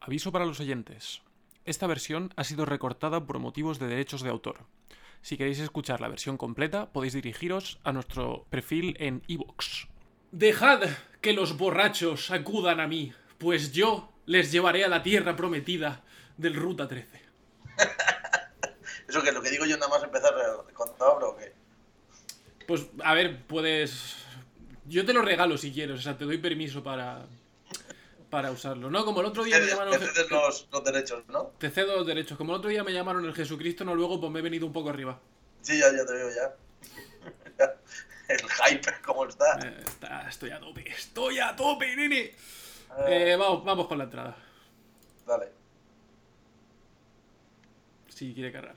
Aviso para los oyentes. Esta versión ha sido recortada por motivos de derechos de autor. Si queréis escuchar la versión completa, podéis dirigiros a nuestro perfil en iVoox. Dejad que los borrachos acudan a mí, pues yo les llevaré a la tierra prometida del Ruta 13. Eso que lo que digo yo nada más empezar con Tabra o qué. Pues, a ver, puedes... Yo te lo regalo si quieres, o sea, te doy permiso para, para usarlo. No, como el otro día Te me llamaron... te cedes los, los derechos, ¿no? Te cedo los derechos. Como el otro día me llamaron el Jesucristo, no luego, pues me he venido un poco arriba. Sí, ya, ya te veo ya. El hype, ¿cómo está? Eh, está- estoy a tope, estoy a tope, nene. Eh, vamos, vamos con la entrada, Dale. si quiere cargar.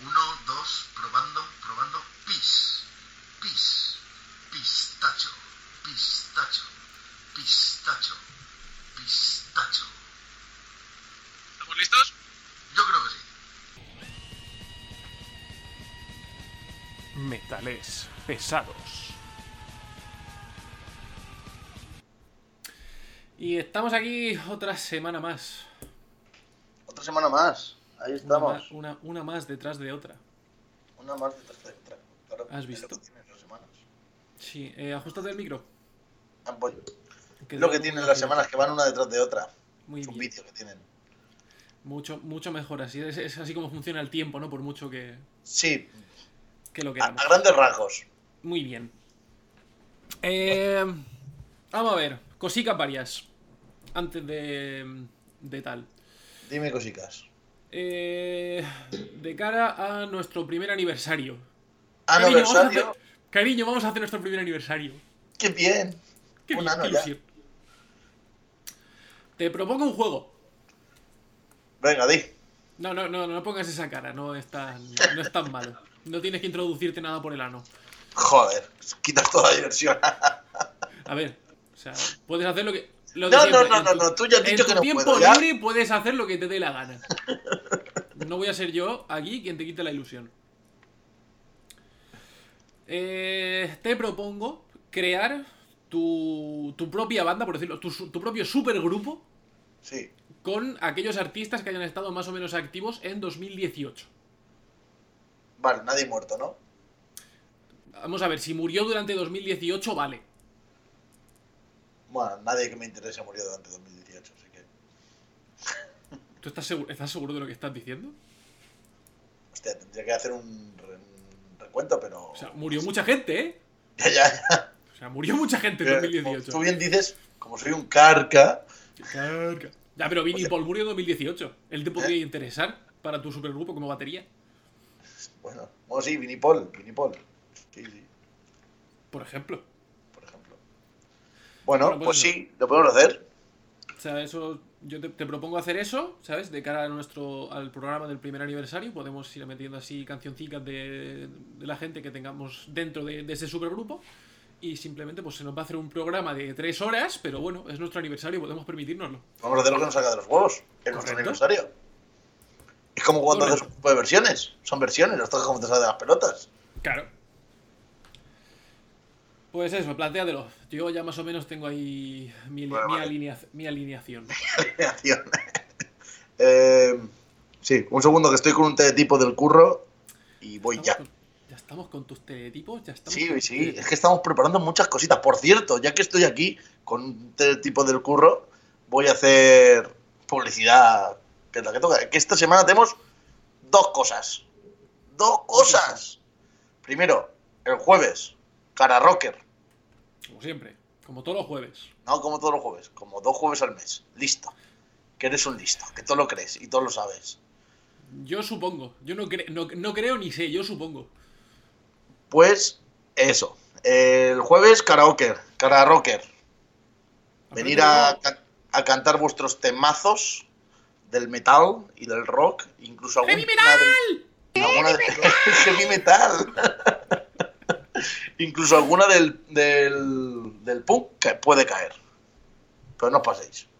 Uno, dos, probando, probando. Pis, pis, pistacho, pistacho, pistacho, pistacho. ¿Estamos listos? Yo creo que sí. Metales pesados. Y estamos aquí otra semana más. Otra semana más. Ahí Una estamos. ma- Una, una más detrás de otra. Una más de tres de tres. Claro, ¿Has es visto? Lo que tienen las semanas. Sí, eh, ajustate el micro. Ah, voy. que lo da que un- tienen las semanas, que van una detrás de otra. Muy Es un bien. vicio que tienen. Mucho, mucho mejor así. Es, es así como funciona el tiempo, ¿no? Por mucho que, Sí, que lo a, queramos. a grandes rasgos. Muy bien. Eh, vamos a ver. Cositas varias. Antes de, de tal. Dime cositas. Eh, de cara a nuestro primer aniversario. Ah, Cariño, vamos a Aniversario. hacer- Cariño, vamos a hacer nuestro primer aniversario. ¡Qué bien! Qué Un bien, ano qué ya. ilusión. Te propongo un juego. Venga, di. No, no, no, no pongas esa cara, no es tan, no es tan malo. No tienes que introducirte nada por el ano. Joder, quitas toda la diversión. A ver, o sea, puedes hacer lo que. Lo de No, no, siempre, no, en no, tu- no, tú ya has En dicho que tu no tiempo puedo, ¿ya? libre puedes hacer lo que te dé la gana. No voy a ser yo aquí quien te quite la ilusión. Eh, te propongo crear tu, tu propia banda, por decirlo, tu, su- tu propio supergrupo Sí, con aquellos artistas que hayan estado más o menos activos en 2018. vale, nadie muerto, ¿no? Vamos a ver, si murió durante 2018, vale. Bueno, nadie que me interese murió durante 2018, así que. ¿Tú estás seguro, estás seguro de lo que estás diciendo? Hostia, tendría que hacer un, re- un recuento, pero. O sea, murió mucha gente, ¿eh? ya, ya, ya. O sea, murió mucha gente en Pero, como 2018. Tú bien dices, como soy un carca. Carga. Ya, pero Vinnie Paul murió en 2018. Él te podría interesar para tu supergrupo como batería, Bueno, bueno sí, Vinipol, Vinipol. Sí, sí, por ejemplo. por ejemplo. Bueno, Bueno, pues pues eso. sí, lo podemos hacer. O sea, eso, yo te, te propongo hacer eso, ¿sabes? De cara a nuestro, al programa del primer aniversario, podemos ir metiendo así cancioncitas de, de la gente que tengamos dentro de, de ese supergrupo. Y simplemente pues se nos va a hacer un programa de tres horas, pero bueno, es nuestro aniversario y podemos permitirnoslo. Vamos a hacer lo que nos salga de los huevos. Es nuestro Correcto. aniversario. Es como cuando Correcto. haces un grupo de versiones. Son versiones, las tocas como te salen de las pelotas. Claro. Pues eso, plantéatelo. Yo ya más o menos tengo ahí mi, Vale, mi vale. alinea- mi alineación. Acción. Eh, sí, un segundo que estoy con un teletipo del curro y voy ya. Estamos con- ya estamos con tus teletipos, ya estamos. con Sí, tus sí, es teletipos. que estamos preparando muchas cositas. Por cierto, ya que estoy aquí con un teletipo del curro, voy a hacer publicidad, que es la que toca. Que esta semana tenemos dos cosas. Dos cosas. Primero, el jueves, cara rocker. Como siempre, como todos los jueves. No como todos los jueves, como dos jueves al mes. Listo. Que eres un listo, que todo lo crees y todo lo sabes. Yo supongo, yo no, cre- no, no creo ni sé, yo supongo. Pues eso. El jueves karaoke, cara rocker. Venir a, Aprende ca- a cantar vuestros temazos del metal y del rock, incluso algún ¡Heavy tema del- alguna de- ¡Heavy metal! incluso alguna del, del, del punk que puede caer. Pero no os paséis. algo.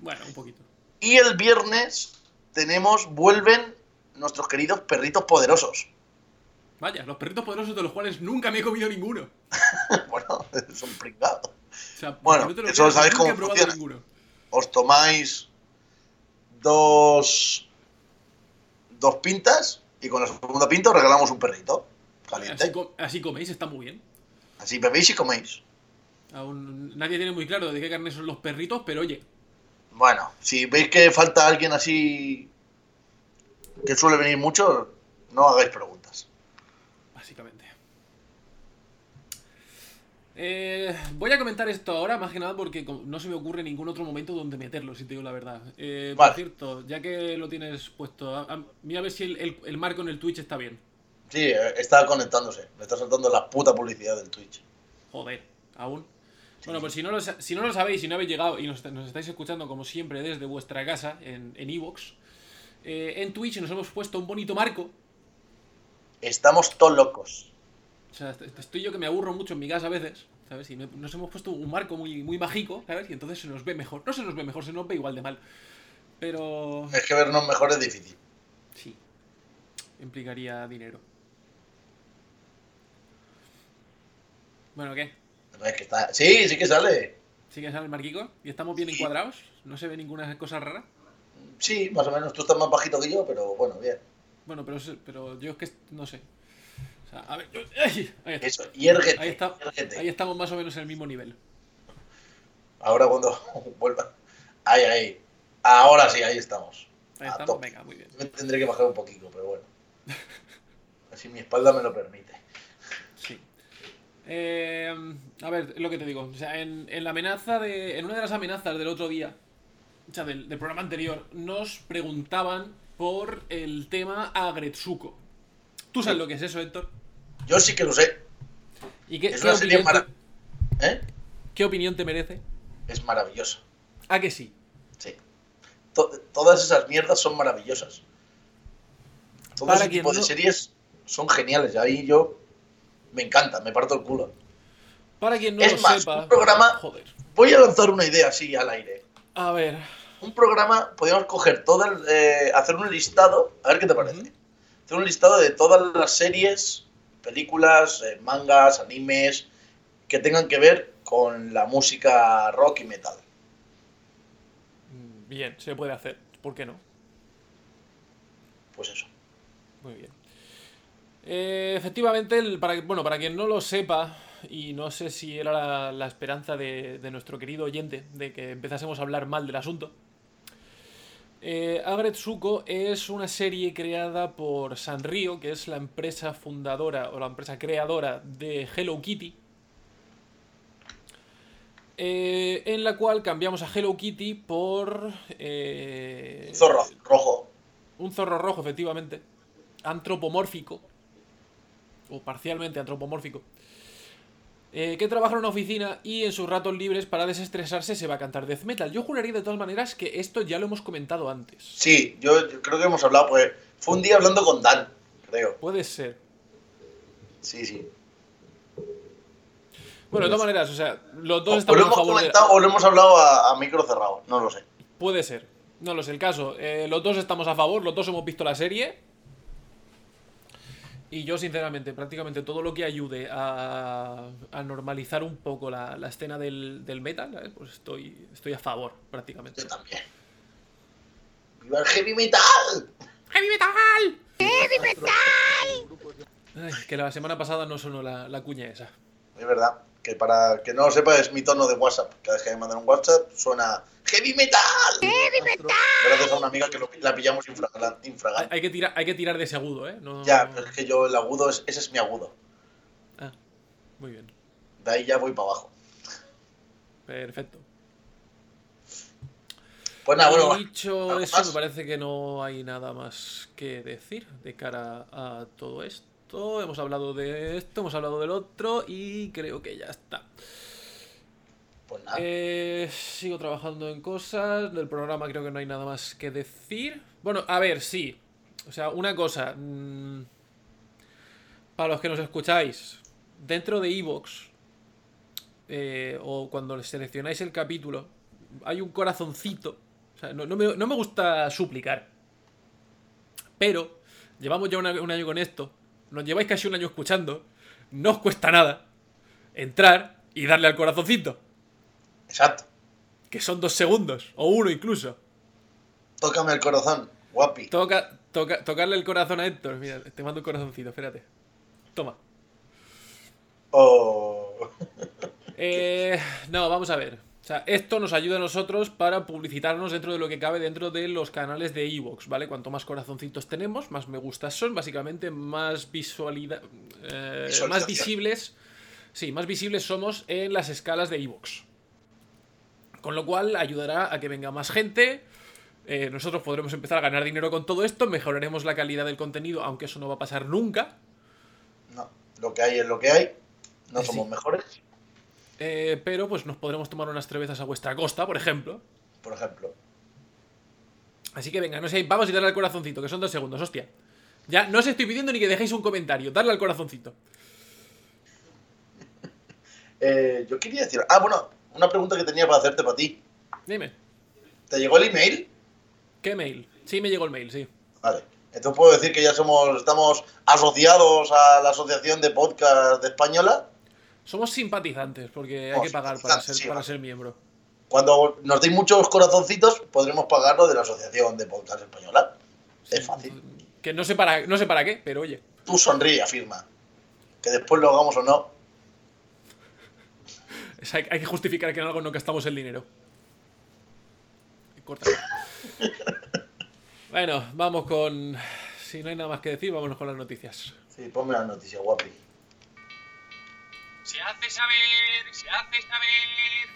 Bueno, un poquito. Y el viernes tenemos, vuelven nuestros queridos perritos poderosos. Vaya, los perritos poderosos de los cuales nunca me he comido ninguno. O bueno, es un pringado. sea, Bueno, no te lo eso creas, sabes nunca cómo he probado funciona. ninguno. O os tomáis dos, dos pintas y con la segunda pinta os regalamos un perrito caliente. Así, Así, co- así coméis, está muy bien. bebéis y coméis. Aún nadie tiene muy claro de qué carne son los perritos, pero oye, Bueno, si veis que falta alguien así que suele venir mucho, no hagáis preguntas. básicamente. Eh, voy a comentar esto ahora, más que nada porque co- no se me ocurre ningún otro momento donde meterlo, si te digo la verdad. Eh, Vale. Por cierto, ya que lo tienes puesto, a- a- mira a ver si el, el- el marco en el Twitch está bien. Sí, eh, está conectándose. Me está saltando la puta publicidad del Twitch. Joder, aún. Bueno, pues si no lo, sa- si no lo sabéis, si no habéis llegado y nos, nos estáis escuchando como siempre desde vuestra casa en en Evox, eh, en Twitch nos hemos puesto un bonito marco Estamos todos locos. O sea, est- estoy yo que me aburro mucho en mi casa a veces, ¿sabes? Y me- nos hemos puesto un marco muy, muy mágico, ¿sabes? Y entonces se nos ve mejor. No se nos ve mejor, se nos ve igual de mal. Pero Es que vernos mejor es difícil. sí, implicaría dinero. Bueno, ¿qué? Pero es que está... Sí, sí que sale. ¿Sí que sale el marquico? ¿Y estamos bien encuadrados? ¿No se ve ninguna cosa rara? Sí, más o menos. Tú estás más bajito que yo, pero bueno, bien. Bueno, pero, se- pero yo es que est- no sé. O sea, a ver... ¡ay! Ahí está. Eso, hiérguete. Ahí, está- hiérguete. ahí estamos más o menos en el mismo nivel. Ahora cuando vuelva. Ahí, ahí. Ahora sí, ahí estamos. Ahí A estamos, tope. venga, muy bien. Me tendré que bajar un poquito, pero bueno. Así mi espalda me lo permite. Sí. Eh, a ver, lo que te digo. O sea, en, en la amenaza de. En una de las amenazas del otro día. O sea, del, del programa anterior, nos preguntaban por el tema Agretsuko. ¿Tú sabes lo que es eso, Héctor? Yo sí que lo sé. ¿Y qué, Es qué una serie opinión, maravillosa. te, qué opinión te merece? Es maravillosa. ¿A que sí? Sí. To- todas esas mierdas son maravillosas. Todo Para ese quien tipo de no- series son geniales. Ahí yo me encanta, me parto el culo. Para quien no Es lo más, sepa. un programa- Joder. Voy a lanzar una idea así al aire. A ver. un programa, podríamos coger todo el, eh, hacer un listado, a ver qué te parece. Hacer un listado de todas las series, películas, eh, mangas, animes que tengan que ver con la música rock y metal. mm, Bien, se puede hacer. ¿Por qué no? Pues eso. Muy bien. Eh, efectivamente, el- para, bueno, para quien no lo sepa, y no sé si era la, la esperanza de, de nuestro querido oyente, de que empezásemos a hablar mal del asunto, eh, Agretsuko es una serie creada por Sanrio, que es la empresa fundadora o la empresa creadora de Hello Kitty. eh, en la cual cambiamos a Hello Kitty por. eh, Zorro, rojo. un zorro rojo, efectivamente. Antropomórfico. O parcialmente antropomórfico. eh, que trabaja en una oficina y en sus ratos libres para desestresarse se va a cantar death metal. Yo juraría de todas maneras que esto ya lo hemos comentado antes. Sí, yo, yo creo que hemos hablado, pues fue un día hablando con Dan, creo. Puede ser. Sí, sí. Bueno, de todas maneras, o sea, los dos estamos Pues, o lo a hemos favor de... comentado o lo hemos hablado a, a micro cerrado, no lo sé. Puede ser. No lo sé el caso. Eh, los dos estamos a favor, los dos hemos visto la serie. Y yo, sinceramente, prácticamente todo lo que ayude a, a normalizar un poco la, la escena del, del metal, ¿sabes? pues estoy, estoy a favor, prácticamente. Yo también. ¡Viva el heavy metal! ¡Heavy metal! Ay, que la semana pasada no sonó la, la cuña esa. Es verdad, que para que no lo sepa es mi tono de WhatsApp. Cada vez que me mandan un WhatsApp suena ¡Heavy Metal! ¡Heavy Metal! Gracias a una amiga que lo- la pillamos infragan- Hay, infragante. hay que, tirar, hay que tirar de ese agudo, ¿eh? No- Ya, pero es que yo el agudo, es- ese es mi agudo. Ah, muy bien. De ahí ya voy para abajo. Perfecto. Pues nada, bueno, Y dicho ¿algo eso, más? me parece que no hay nada más que decir de cara a todo esto. Hemos hablado de esto, hemos hablado del otro y creo que ya está. pues nada. Eh, sigo trabajando en cosas. Del programa creo que no hay nada más que decir. Bueno, a ver, sí. O sea, una cosa. mm, para los que nos escucháis, dentro de Evox, eh, o cuando seleccionáis el capítulo, hay un corazoncito. O sea, no, no me, no me gusta suplicar. Pero, llevamos ya una- un año con esto. Nos lleváis casi un año escuchando. No os cuesta nada entrar y darle al corazoncito. Exacto. que son dos segundos, o uno incluso. Tócame el corazón, guapi. Toca, toca, tocarle el corazón a Héctor, mira, te mando un corazoncito, espérate. Toma. Oh. Eh, no, vamos a ver. O sea, esto nos ayuda a nosotros para publicitarnos dentro de lo que cabe dentro de los canales de Evox, ¿vale? Cuanto más corazoncitos tenemos, más me gustas son, básicamente más visualidad. eh, Visualización. más visibles. Sí, más visibles somos en las escalas de Evox. Con lo cual ayudará a que venga más gente. eh, nosotros podremos empezar a ganar dinero con todo esto, mejoraremos la calidad del contenido, aunque eso no va a pasar nunca, No, lo que hay es lo que hay. No Sí. somos mejores, eh, pero pues nos podremos tomar unas cervezas a vuestra costa, por ejemplo. por ejemplo. Así que venga, no sé, vamos y darle al corazoncito, que son dos segundos, hostia. Ya, no os estoy pidiendo ni que dejéis un comentario, darle al corazoncito. Eh, yo quería decir. Ah, bueno, una pregunta que tenía para hacerte para ti. Dime, ¿Te llegó el email? ¿qué mail? Sí, me llegó el mail, sí. Vale. Entonces puedo decir que ya somos, estamos asociados a la Asociación de Podcast de Española. Somos simpatizantes, porque hay Oh, que pagar para simpatizantes, ser, sí, para vale. ser miembro. Cuando nos deis muchos corazoncitos, podremos pagarlo de la Asociación de Podcast Española. Es fácil. Que no sé para, no sé para qué, pero oye. Tú sonríe, afirma. Que después lo hagamos o no. es- hay, hay que justificar que en algo no gastamos el dinero. Corta. bueno, vamos con. Si no hay nada más que decir, vámonos con las noticias. Sí, ponme la noticia, guapi. Se hace saber, se hace saber.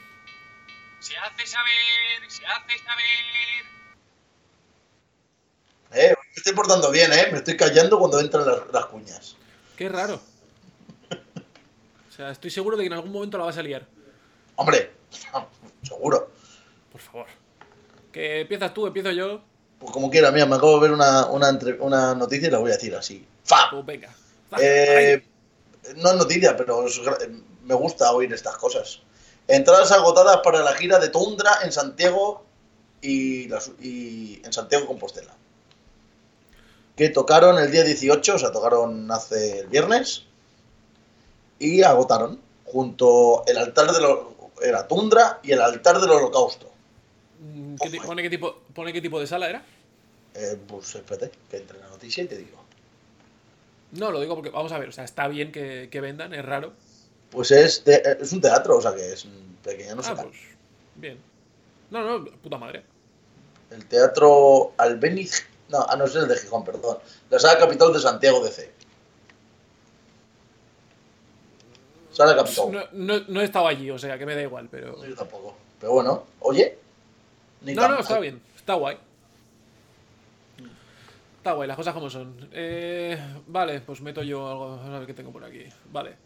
Se hace saber, se hace saber. Eh, me estoy portando bien, eh. Me estoy callando cuando entran las, las cuñas. Qué raro. O sea, estoy seguro de que en algún momento la vas a liar. Hombre, seguro. Por favor. Que empiezas tú, empiezo yo. Pues como quiera, mira, me acabo de ver una, una, entre- una noticia y la voy a decir así. ¡Fa! Pues venga. Eh, no es noticia, pero es gra- me gusta oír estas cosas. Entradas agotadas para la gira de Tundra en Santiago y, la su- y en Santiago Compostela. Que tocaron el día 18, o sea, tocaron hace el viernes. Y agotaron junto el altar de lo- era Tundra y el altar del holocausto. Mm, ¿qué ti- pone, qué tipo, ¿Pone qué tipo de sala era? Eh, pues espérate, que entre la noticia y te digo. No, lo digo porque, vamos a ver, o sea, está bien que, que vendan, es raro. Pues es, te- es un teatro, o sea que es pequeño, no sé. ah, pues, bien. No, no, puta madre. El teatro Albeniz. No, ah, no es el de Gijón, perdón. La sala capital de Santiago DC. Sala capital. No, no, no he estado allí, o sea, que me da igual, pero... Yo tampoco. Pero bueno, oye. ni No, tan no, mal. está bien, está guay. Está guay, las cosas como son. Eh, vale, pues meto yo algo, vamos a ver qué tengo por aquí. Vale.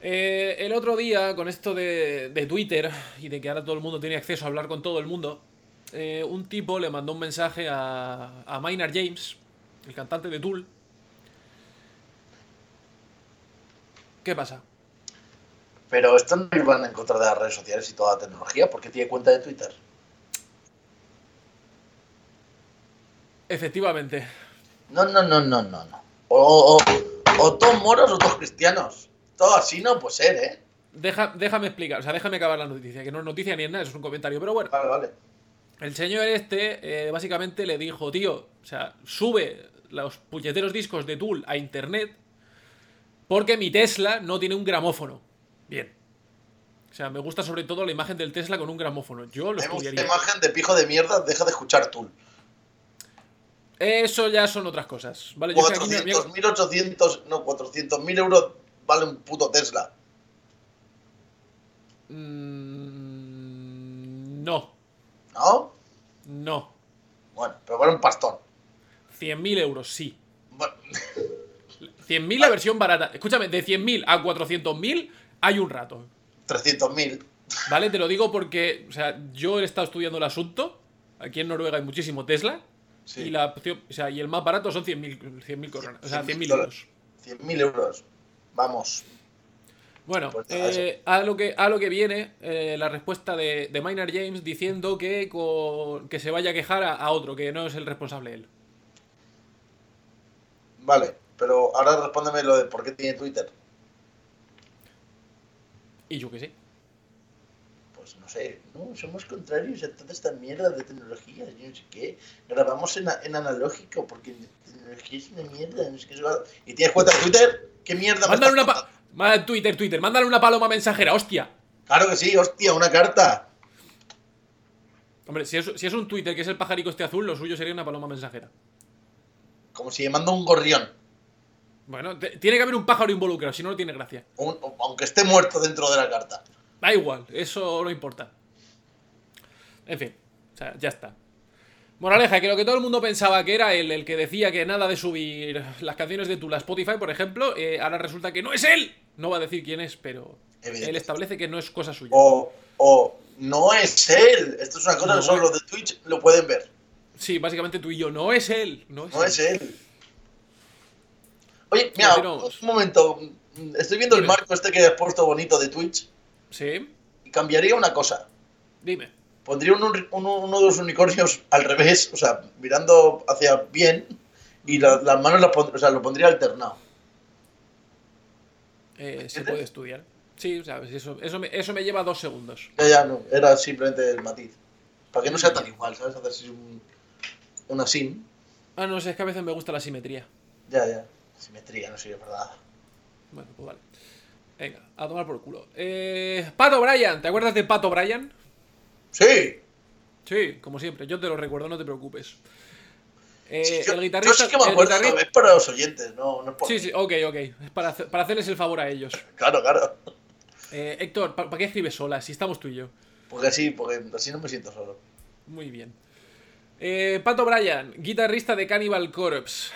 Eh, el otro día, con esto de, de Twitter y de que ahora todo el mundo tiene acceso a hablar con todo el mundo, eh, un tipo le mandó un mensaje a, a Maynard James, el cantante de Tool. ¿Qué pasa? Pero esto no iban en contra de las redes sociales y toda la tecnología, porque tiene cuenta de Twitter. Efectivamente, No, no, no, no, no, no. O, o, o todos moros o todos cristianos. Todo así no puede ser, ¿eh? Deja- déjame explicar, o sea, déjame acabar la noticia, que no es noticia ni es nada, eso es un comentario, pero bueno. Vale, vale. El señor este eh, básicamente le dijo, tío, o sea, sube los puñeteros discos de Tool a internet porque mi Tesla no tiene un gramófono. Bien. O sea, me gusta sobre todo la imagen del Tesla con un gramófono. Yo lo Tenemos estudiaría. una imagen de pijo de mierda, deja de escuchar tú. Eso ya son otras cosas, ¿vale? Yo es que aquí me- me- 400.800, no, 400.000 euros vale un puto Tesla. Mm, No, ¿No? no. Bueno, pero vale un pastón. 100.000 euros, sí. Bueno, 100.000 la versión barata. Escúchame, de 100.000 a 400.000 hay un rato. 300.000. Vale, te lo digo porque, o sea, yo he estado estudiando el asunto. Aquí en Noruega hay muchísimo Tesla. Sí. Y, la opción- o sea, y el más barato son 100.000 100.000 coronas. O sea, 100.000 100.000 euros. 100.000 euros. Vamos. Bueno, Pues nada, eh, a, lo que, a lo que viene eh, la respuesta de, de Maynard James diciendo que, con- que se vaya a quejar a, a otro, que no es el responsable él. Vale, pero ahora respóndeme lo de por qué tiene Twitter. Y yo qué sé. Pues pues no sé, no, somos contrarios a toda esta mierda de tecnología, yo no sé qué, grabamos en, a- en analógico porque tecnología es una mierda, no sé qué, y tienes cuenta de Twitter, qué mierda me Mándale estás una pa- contando? Ma- Twitter, Twitter, mándale una paloma mensajera, hostia. Claro que sí, hostia, una carta. Hombre, si es, si es un Twitter que es el pajarico este azul, lo suyo sería una paloma mensajera. Como si me manda un gorrión, Bueno, te- tiene que haber un pájaro involucrado, si no, no tiene gracia. un- aunque esté muerto dentro de la carta. Da igual, eso no importa. En fin, o sea, ya está. Moraleja, que lo que todo el mundo pensaba que era él, el que decía que nada de subir las canciones de Tula a Spotify, por ejemplo, eh, ahora resulta que no es él. No va a decir quién es, pero él Evidente. Oh. establece que no es cosa suya. O, o no es él, esto es una cosa No. que solo los de Twitch lo pueden ver. Sí, básicamente tú y yo, no es él. No es No él. es él. Oye, mira, un Continuamos. momento. Estoy viendo el Dime. marco este que has puesto bonito de Twitch Sí, y cambiaría una cosa. dime. Pondría un uni- un- uno de los unicornios al revés, o sea, mirando hacia bien y la- las manos las pondría, o sea, lo pondría alternado. Eh, se entiendes? puede estudiar. Sí, sabes, eso, eso, me, eso me lleva dos segundos. Ya, ya, no, era simplemente el matiz. Para que no sea tan igual, ¿sabes? Hacer así un, una sim. Ah, no sé, es que a veces me gusta la simetría. Ya, ya. Simetría, no sirve para nada. Bueno, pues vale. Venga, a tomar por culo. Eh, Pato Bryan, ¿te acuerdas de Pato Bryan? Sí, Sí, como siempre, yo te lo recuerdo, no te preocupes. Eh, sí, yo, el yo guitarrista. sí que me el acuerdo, guitarri- pero es para los oyentes, no, no es por Sí, mí. sí, ok, ok. Es para, hacer- para hacerles el favor a ellos. Claro, claro. Eh, Héctor, ¿para qué escribes sola? Si estamos tú y yo. Porque así, porque así no me siento solo. Muy bien. Eh, Pato Bryan, guitarrista de Cannibal Corpse.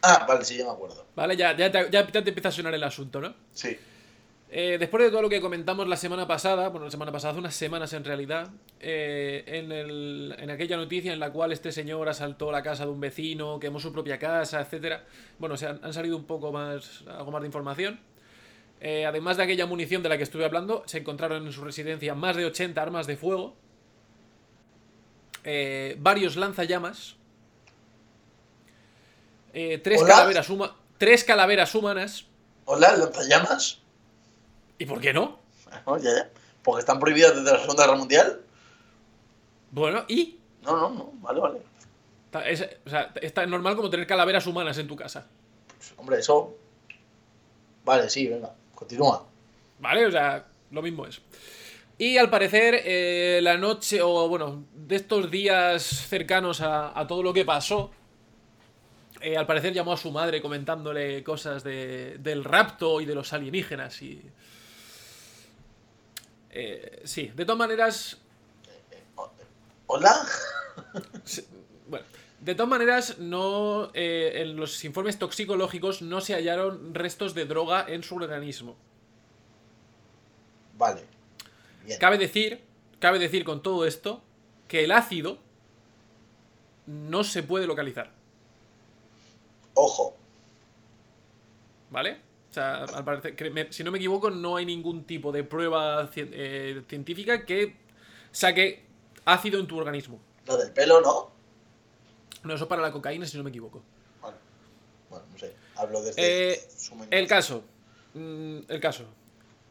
Ah, vale, sí, ya me acuerdo. Vale, ya, ya, te, ya te empieza a sonar el asunto, ¿no? Sí. Eh, después de todo lo que comentamos la semana pasada, bueno, la semana pasada, hace unas semanas en realidad, eh, en, el- en aquella noticia en la cual este señor asaltó la casa de un vecino, quemó su propia casa, etcétera. Bueno, se han, han salido un poco más, algo más de información. Eh, además de aquella munición de la que estuve hablando, se encontraron en su residencia más de 80 armas de fuego, eh, varios lanzallamas, eh, tres, Hola. calaveras huma- tres calaveras humanas. Hola, lanzallamas. ¿Y por qué no? No, ya, ya. Porque están prohibidas desde la Segunda Guerra Mundial. Bueno, y No, no, no. Vale, vale. Ta- es- o sea, es tan normal como tener calaveras humanas en tu casa. Pues, hombre, eso. Vale, sí, venga. Continúa. ¿Vale? O sea, lo mismo es. Y al parecer, eh, la noche, o bueno, de estos días cercanos a, a todo lo que pasó, eh, al parecer llamó a su madre comentándole cosas de- del rapto y de los alienígenas y... Eh, sí, de todas maneras, Hola. Sí, Bueno, de todas maneras, no eh, en los informes toxicológicos no se hallaron restos de droga en su organismo. Vale. Bien. Cabe decir, cabe decir con todo esto que el ácido no se puede localizar, Ojo. ¿vale? O sea, al parecer, cre- me- si no me equivoco, no hay ningún tipo de prueba cien- eh, científica que saque ácido en tu organismo. Lo del pelo, ¿no? No, eso es para la cocaína, si no me equivoco. Vale. Bueno, no sé. Hablo desde Eh, su El caso. Mm, el caso.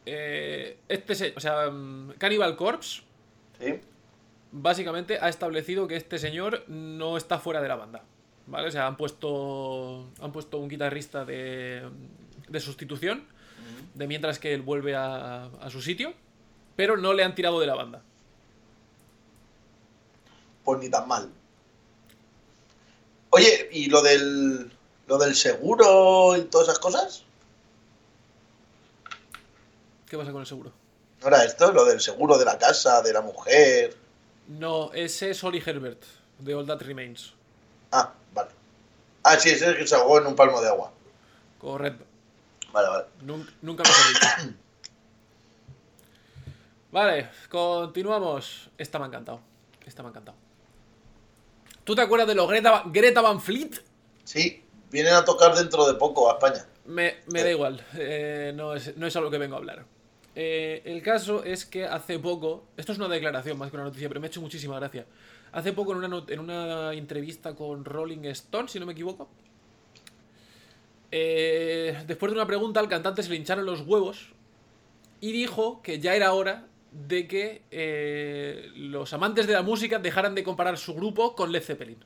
Eh, este se- o sea, mm, Cannibal Corpse Sí. básicamente ha establecido que este señor no está fuera de la banda. ¿Vale? O sea, han puesto. Han puesto un guitarrista de. de sustitución. De mientras que él vuelve a, a su sitio. Pero no le han tirado de la banda. Pues ni tan mal. Oye, ¿y lo del. lo del seguro y todas esas cosas? ¿Qué pasa con el seguro? ¿No era esto? Lo del seguro de la casa, de la mujer. No, ese es Oli Herbert, de All That Remains. Ah, vale. Ah, sí, ese es el que se ahogó en un palmo de agua. Correcto. Vale, vale. Nun- Nunca mejor dicho. Vale, continuamos. Esta me ha encantado. Esta me ha encantado. ¿Tú te acuerdas de los Greta, Greta Van Fleet? Sí, vienen a tocar dentro de poco a España. Me, me da igual. eh, no, es, no es a lo que vengo a hablar. Eh, el caso es que hace poco. Esto es una declaración más que una noticia, pero me ha hecho muchísima gracia. Hace poco en una, not- en una entrevista con Rolling Stone, si no me equivoco. eh, después de una pregunta, al cantante se le hincharon los huevos y dijo que ya era hora de que eh, los amantes de la música dejaran de comparar su grupo con Led Zeppelin.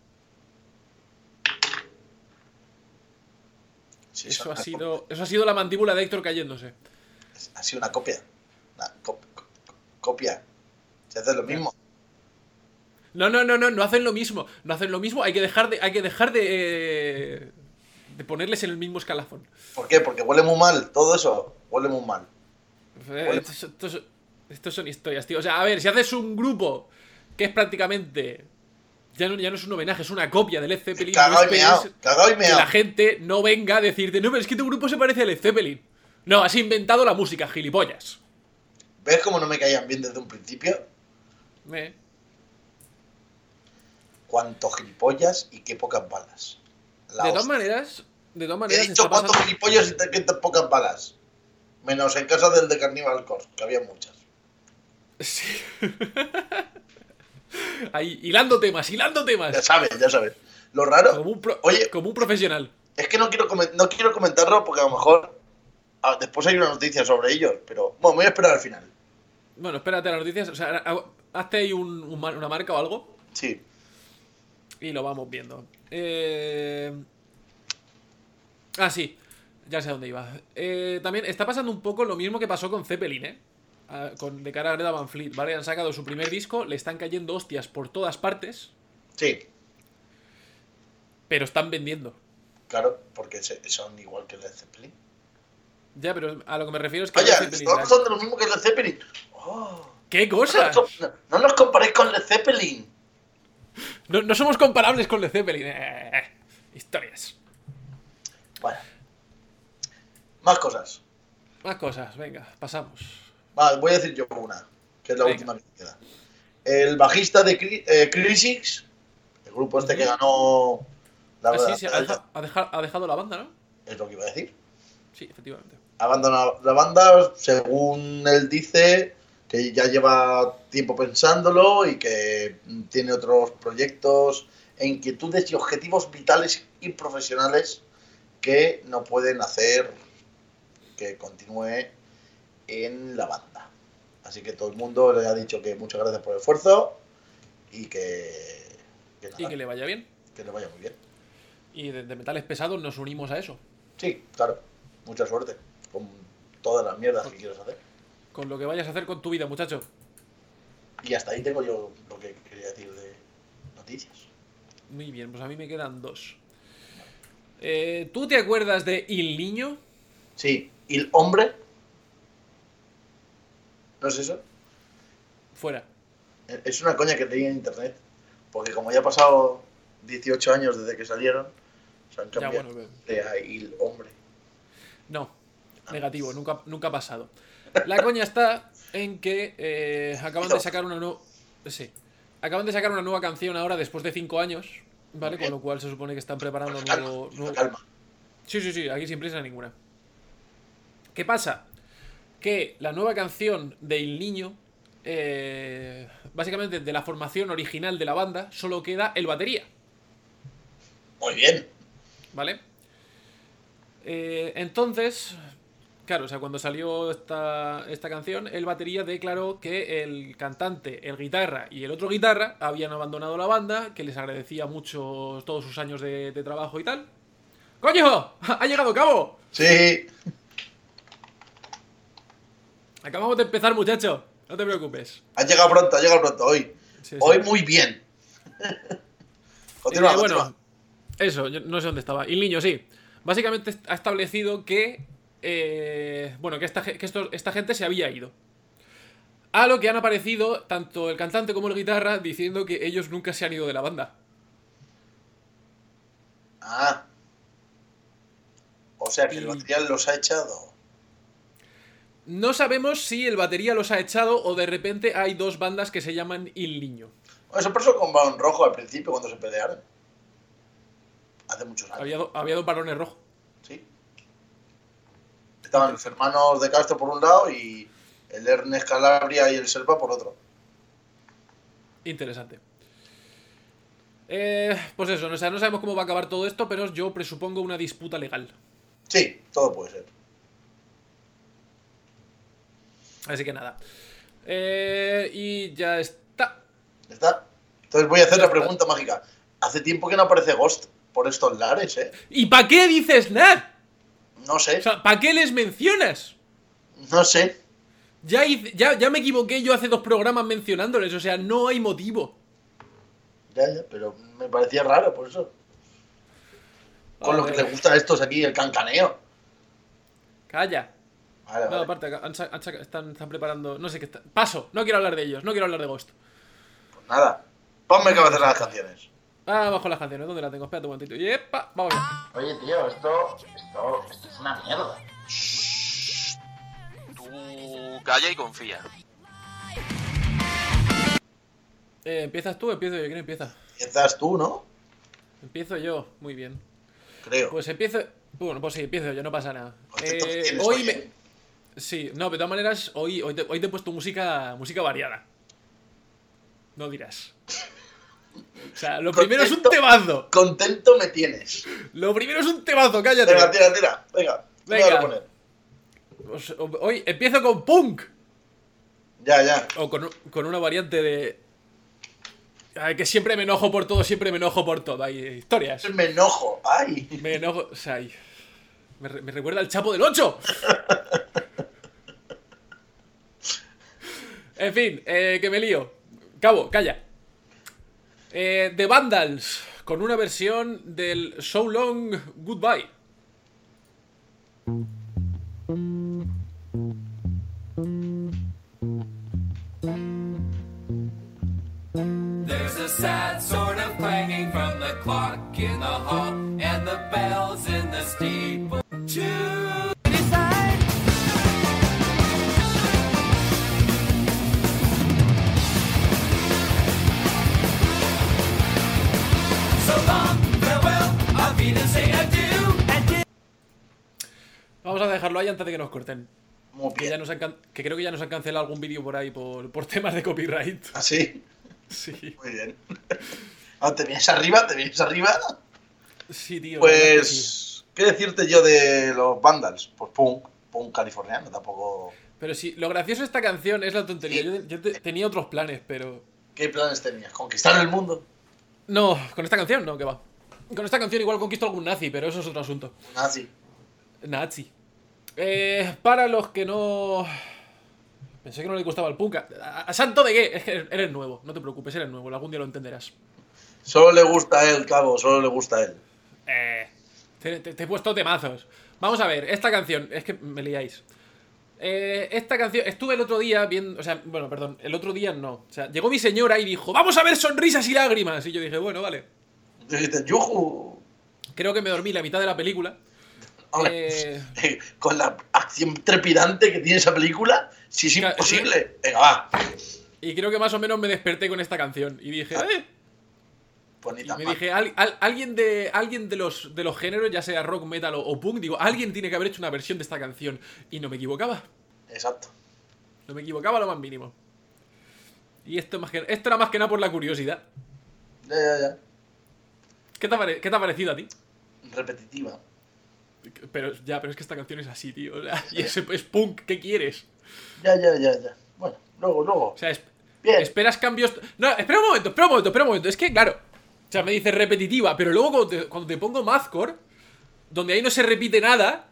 Sí, Eso son ha una sido, eso ha sido la mandíbula de Héctor cayéndose. copia. Ha sido una copia. Una cop- cop- copia. Se hace lo mismo. No, no, no, no, no hacen lo mismo. No hacen lo mismo. Hay que dejar de, hay que dejar de, eh, de ponerles en el mismo escalafón. ¿Por qué? Porque huele muy mal. Todo eso huele muy mal. Eh, Estos, estos- estos son historias, tío. O sea, a ver, si haces un grupo que es prácticamente. Ya no, ya no es un homenaje, es una copia del Led Zeppelin. no Cagado y esperes meao. Cagado y que meao. este, la gente no venga a decirte, no, pero es que tu grupo se parece a Led Zeppelin. No, has inventado la música, gilipollas. ¿Ves cómo no me caían bien desde un principio? Eh, Cuántos gilipollas y qué pocas balas. La De todas hostia. maneras, de todas He maneras, dicho está cuántos pasando- gilipollas y te- qué tan pocas balas. Menos en casa del de Carnival Corpse, que había muchas. Sí. Ahí, hilando temas, hilando Ya temas. sabes, ya sabes. Lo raro Como un, pro- Oye. como un profesional. es que no quiero, comen- no quiero comentarlo porque a lo mejor ah, después hay una noticia sobre ellos, pero bueno, me voy a esperar al final. Bueno, espérate a las noticias. O sea, ha- hazte ahí un- un mar- una marca o algo. Sí. Y lo vamos viendo. Eh... Ah, sí. Ya sé a dónde iba. Eh, también está pasando un poco lo mismo que pasó con Zeppelin, ¿eh? Ah, con, de cara a Greta Van Fleet, ¿vale? Han sacado su primer disco, le están cayendo hostias por todas partes, Sí, pero están vendiendo. claro, porque se- son igual que el Zeppelin. Ya, pero a lo que me refiero es que... Oye, Led Zeppelin, la- estamos hablando lo mismo que el Zeppelin. Oh, ¿Qué no, cosa? nos com- no- no nos comparéis con el Zeppelin. No, no somos comparables con Led Zeppelin. Eh, historias. Bueno. Más cosas. Más cosas, venga, pasamos. Vale, voy a decir yo una, que es la Venga. última que me queda. El bajista de Cri- eh, Crisis, el grupo este que ganó la Así se ha, la- deja- ha deja- ha dejado la banda, ¿no? es lo que iba a decir. Sí, efectivamente. Ha abandonado la banda, según él dice, que ya lleva tiempo pensándolo y que mm, tiene otros proyectos e inquietudes y objetivos vitales y profesionales que no pueden hacer que continúe en la banda. Así que todo el mundo le ha dicho que muchas gracias por el esfuerzo y que, que nada, Y que le vaya bien. que le vaya muy bien. Y de, de metales pesados nos unimos a eso. Sí, claro, mucha suerte con todas las mierdas que quieras hacer. Con lo que vayas a hacer con tu vida, muchacho. Y hasta ahí tengo yo lo que quería decir de noticias. Muy bien, pues a mí me quedan dos. Eh, ¿Tú te acuerdas de Il Niño? Sí, y el hombre. ¿No es eso? Fuera. Es una coña que leí en internet. Porque como ya ha pasado 18 años desde que salieron, se han Ya, cambiado bueno, pero- de a el hombre. No. Negativo, nunca, nunca ha pasado. La coña está en que eh, acaban de sacar una nueva. Sí. Acaban de sacar una nueva canción ahora después de cinco años. ¿Vale? Con lo cual se supone que están preparando calma, nuevo. con nuevo... calma. Sí, sí, sí, aquí sin prisa ninguna. ¿Qué pasa? Que la nueva canción de Il Niño, eh, básicamente de la formación original de la banda, solo queda el batería, Muy bien. ¿vale? Eh, entonces, claro, o sea, cuando salió esta, esta canción, el batería declaró que el cantante, el guitarra y el otro guitarra habían abandonado la banda, que les agradecía mucho todos sus años de, de trabajo y tal. ¡Coño! ¡Ha llegado Cabo! Sí, Acabamos de empezar, muchacho. No te preocupes. ha llegado pronto, ha llegado pronto hoy. Sí, sí. Hoy muy bien. continúa, Eh, continúa. bueno, eso, yo no sé dónde estaba. Y el niño, sí. Básicamente est- ha establecido que. eh, bueno, que, esta, ge- que esto- esta gente se había ido. A lo que han aparecido tanto el cantante como el guitarra diciendo que ellos nunca se han ido de la banda. Ah. O sea que el Y- material los ha echado. No sabemos si el batería los ha echado o de repente hay dos bandas que se llaman Il Niño. Bueno, Eso pasó con Balón Rojo al principio cuando se pelearon. Hace muchos años. Había, do- había dos varones rojos. Sí. Estaban los hermanos de Castro por un lado y el Ernest Calabria y el Serpa por otro. Interesante. Eh, pues eso, no, o sea, no sabemos cómo va a acabar todo esto, pero yo presupongo una disputa legal. Sí, todo puede ser. Así que nada. Eh, y ya está. Ya está. Entonces voy a hacer Ya la está. pregunta mágica. Hace tiempo que no aparece Ghost por estos lares, ¿eh? ¿Y para qué dices nada? No sé, O sea, ¿para qué les mencionas? no sé. Ya, hice- ya, ya me equivoqué yo hace dos programas mencionándoles, o sea, no hay motivo. Ya, ya, pero me parecía raro por eso. Con Ah, lo que bueno. les gusta a estos aquí, el cancaneo. Calla. Vale, No, vale. aparte, han sa- han saca- están, están preparando. No sé qué está. Paso, no quiero hablar de ellos, no quiero hablar de Ghost. Pues nada. Ponme que va a hacer las canciones. Ah, bajo las canciones, ¿dónde la tengo? Espérate un momentito. Y epa, vamos ya. Oye, tío, esto, esto, esto es una mierda. Tú calla y confía. Eh, ¿Empiezas tú? Empiezo yo. ¿Quién empieza? Empiezas tú, ¿no? Empiezo yo. Muy bien. Creo. Pues empiezo. Bueno, pues sí, empiezo yo, no pasa nada. Concepto que Eh, Pues tienes, hoy oye, me. Sí, no, de todas maneras, hoy, hoy, te, hoy te he puesto música, música variada. No dirás. O sea, lo primero es un Contento. temazo. Contento me tienes. Lo primero es un temazo, cállate. Venga, tira, tira. Venga. ¿qué me vas a Venga. poner? Os- Hoy empiezo con punk. Ya, ya. O con, un- con una variante de. Ay, que siempre me enojo por todo, siempre me enojo por todo. Hay eh, historias. Me enojo. Ay. Me enojo. O sea, ay, me, re- me recuerda al Chapo del 8. En fin, eh, que me lío. Cabo, calla. Eh, The Vandals, con una versión del So Long Goodbye. There's a sad sort of clanging from the clock in the hall and the bells in the steeple. Choose decide. So long, farewell, I'll be to say adieu. Vamos a dejarlo ahí antes de que nos corten. Muy Que, ya bien. nos han can- que creo que ya nos han cancelado algún vídeo por ahí por, por temas de copyright. Así. Sí, Muy bien. Ah, ¿Te vienes arriba? ¿Te vienes arriba? sí, tío. la verdad que sí. Pues. ¿Qué decirte yo de los Vandals? Pues punk. Punk californiano, tampoco. Pero sí, lo gracioso de esta canción es la tontería. Yo, yo te- tenía otros planes, pero. ¿Qué planes tenías? ¿Conquistar el mundo? No, con esta canción no, que va. Con esta canción igual conquisto algún nazi, pero eso es otro asunto. Nazi. Nazi. Eh, para los que no. Pensé que no le gustaba el punk. A, a- santo de qué? Es que eres- eres nuevo, no te preocupes, eres nuevo, algún día lo entenderás. Solo le gusta a él, cabo, solo le gusta a él. Eh, te, te- te he puesto temazos. Vamos a ver, esta canción, es que me liáis. Eh, esta canción, estuve el otro día viendo, o sea, bueno, perdón, el otro día no. O sea, llegó mi señora y dijo, vamos a ver sonrisas y lágrimas. Y yo dije, bueno, vale. Dijiste, yuju. Creo que me dormí la mitad de la película. Hombre, Eh, con la acción trepidante que tiene esa película, si es Claro, eh, imposible. Venga, va. y creo que más o menos me desperté con esta canción. Y dije, eh. Pues ni Y tan me mal. dije, "Al- al- alguien, de, alguien de, los, de los géneros, ya sea rock, metal o, o punk, digo, alguien tiene que haber hecho una versión de esta canción. Y no me equivocaba. Exacto. No me equivocaba lo más mínimo. Y esto, más que, esto era más que nada por la curiosidad. Ya, ya, ya. ¿Qué te, ha pare- qué te ha parecido a ti? Repetitiva. Pero ya, pero es que esta canción es así, tío. o sea, y es, es punk, ¿qué quieres? Ya, ya, ya, ya. Bueno, luego, luego. O sea, es- Bien. esperas cambios. No, espera un momento, espera un momento, espera un momento. Es que, claro. O sea, me dice repetitiva, pero luego cuando te, cuando te pongo Mazcore, donde ahí no se repite nada,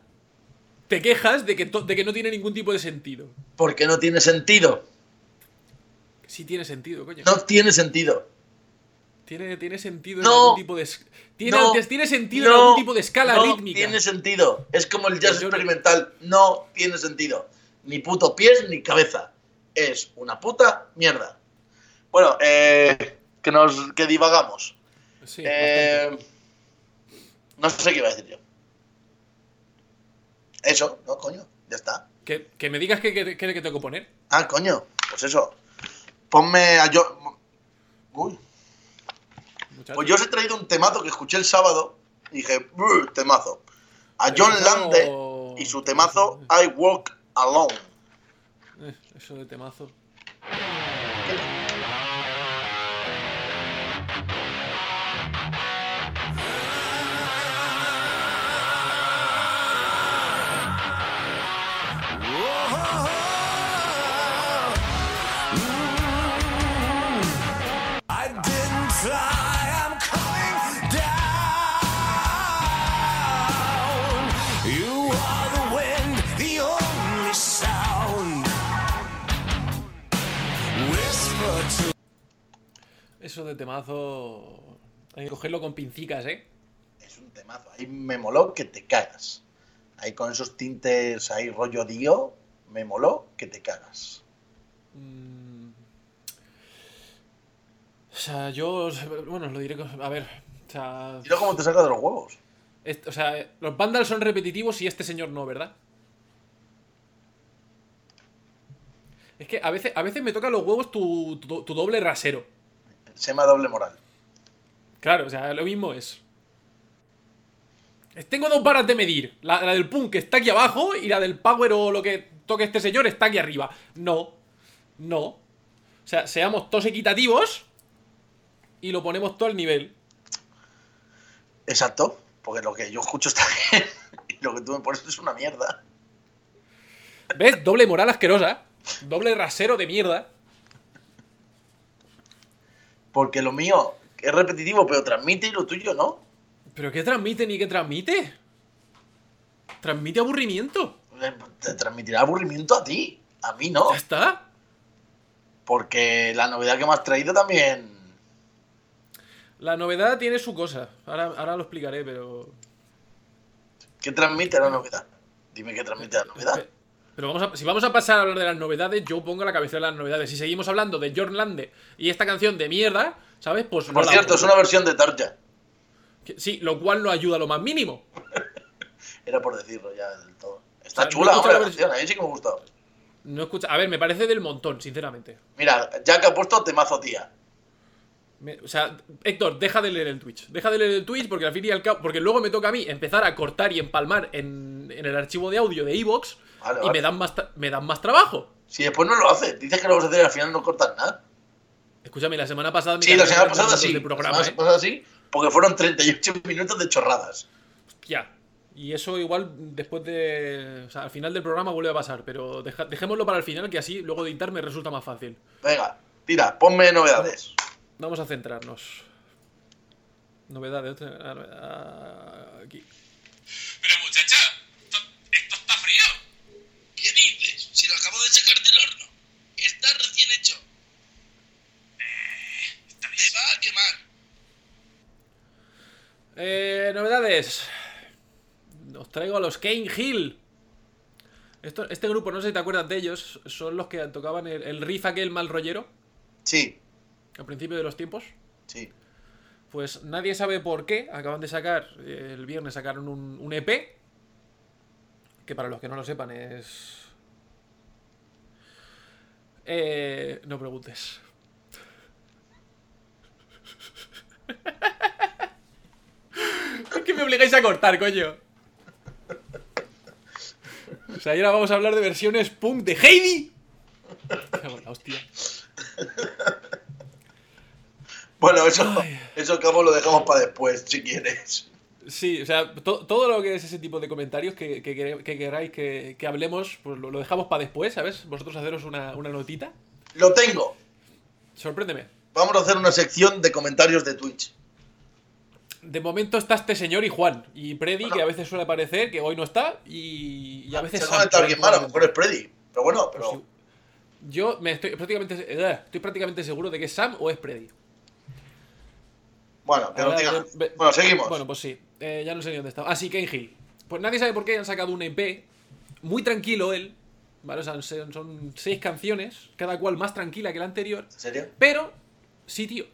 te quejas de que, to- de que no tiene ningún tipo de sentido. Porque no tiene sentido. Sí tiene sentido, coño. No tiene sentido. Tiene, tiene sentido en No. algún tipo de. es- Tiene, No. tiene sentido en No, algún tipo de escala no rítmica. tiene sentido. Es como el jazz Yo no- experimental. No tiene sentido. Ni puto pies ni cabeza. Es una puta mierda. Bueno, eh, que nos que divagamos. Sí, Eh, no sé qué iba a decir yo. Eso, no, coño, ya está. Que, que me digas qué que, que tengo que poner. Ah, coño, pues eso. Ponme a yo. Uy, muchacho. pues yo os he traído un temazo que escuché el sábado y dije, "Buh, temazo. A Pero John eso Lande no- y su temazo I Walk Alone. Eh, Eso de temazo. Whoa-ho-ho. eso de temazo. Hay que cogerlo con pincicas, ¿eh? Es un temazo. Ahí me moló que te cagas. Ahí con esos tintes ahí rollo Dio, me moló que te cagas. Mm. O sea, yo. Bueno, os lo diré. con- A ver. O sea, Mira cómo te saca de los huevos. est- o sea, los Vandals son repetitivos y este señor no, ¿verdad? Es que a veces, a veces me toca los huevos tu, tu, tu doble rasero. Se llama doble moral. Claro, o sea, lo mismo es. Es- Tengo dos varas de medir. La, la del punk está aquí abajo y la del power o lo que toque este señor está aquí arriba. No. No. O sea, seamos todos equitativos y lo ponemos todo al nivel. Exacto, porque lo que yo escucho está bien y lo que tú me pones es una mierda. ¿Ves? Doble moral asquerosa. Doble rasero de mierda. Porque lo mío es repetitivo, pero transmite y lo tuyo no. ¿Pero qué transmite ni qué transmite? Transmite aburrimiento. Eh, Te transmitirá aburrimiento a ti, a mí no. Ya está. Porque la novedad que me has traído también. La novedad tiene su cosa. Ahora, ahora lo explicaré, pero. ¿Qué transmite la novedad? Dime qué transmite la novedad. Pero vamos a- si vamos a pasar a hablar de las novedades, yo pongo la cabeza de las novedades. Si seguimos hablando de Jorn Lande y esta canción de mierda, ¿sabes? Pues no Por la cierto, pongo. es una versión de Tarja. Que- Sí, lo cual no ayuda a lo más mínimo. Era por decirlo ya del todo. Está O sea, no chula, he hombre, la escuchado canción. A mí sí que me ha gustado. No escucha. A ver, me parece del montón, sinceramente. Mira, Jack ha puesto temazo, tía. Me- o sea, Héctor, deja de leer el Twitch. Deja de leer el Twitch porque al fin y al cabo. Porque luego me toca a mí empezar a cortar y empalmar en, en el archivo de audio de Evox Vale, y vale. me dan más tra- me dan más trabajo. Si después no lo haces, dices que lo vas a hacer y al final no cortas nada. Escúchame, la semana pasada me Sí, la cargaron semana los pasada minutos sí. de programa, la ¿eh? semana pasada sí, porque fueron 38 minutos de chorradas. Ya. Y eso igual después de. O sea, al final del programa vuelve a pasar, pero deja- dejémoslo para el final, que así luego editar me resulta más fácil. Venga, tira, ponme novedades. Vamos a centrarnos. Novedades. otra- ah, novedad- ah, Aquí. Pero muchacha, esto, esto está frío. ¿Qué dices? Si lo acabo de sacar del horno. Está recién hecho. Eh, Te va a quemar. Eh, novedades. Os traigo a los Kane Hill. Esto- este grupo, no sé si te acuerdas de ellos, son los que tocaban el, el riff aquel mal rollero Sí, al principio de los tiempos. sí. Pues nadie sabe por qué. Acaban de sacar, eh, el viernes sacaron un, un EP. Que para los que no lo sepan es... Eh, no preguntes. es que me obligáis a cortar, coño. O sea, y ahora vamos a hablar de versiones punk de Heidi. Cago en la hostia. Bueno, eso, Ay. eso cabo lo dejamos para después, si quieres. Sí, o sea, to- todo lo que es ese tipo de comentarios que, que quere- que queráis que, que hablemos, pues lo, lo dejamos para después, ¿sabes? Vosotros haceros una, una notita. Lo tengo. Sorpréndeme. Vamos a hacer una sección de comentarios de Twitch. De momento está este señor y Juan. Y Predi, que a veces suele aparecer, que hoy no está. Y, y a veces. Se conecta alguien malo, a lo mejor es Freddy. Pero bueno, Pues pero sí. Yo me estoy prácticamente, eh, estoy prácticamente seguro de que es Sam o es Predi. bueno, que no Ahora, digan. ve- ve- Bueno, seguimos. Bueno, pues sí. Eh, ya no sé ni dónde estaba. Ah, sí, Ken Hill. Pues nadie sabe por qué han sacado un EP. Muy tranquilo él. ¿Vale? O sea, son, son seis canciones, cada cual más tranquila que la anterior. ¿En serio? Pero, sí, tío.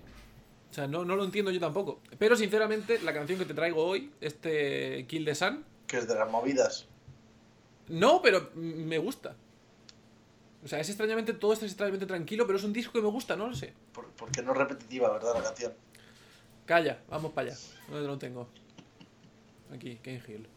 O sea, no, no lo entiendo yo tampoco. Pero, sinceramente, la canción que te traigo hoy, este Kill the Sun, Que es de las movidas. no, pero mm, me gusta. O sea, es extrañamente, todo esto es extrañamente tranquilo, pero es un disco que me gusta, no lo sé. por- Porque no es repetitiva, ¿verdad? La canción. Calla, vamos para allá. ¿Dónde lo tengo? Aquí, Ken Hill.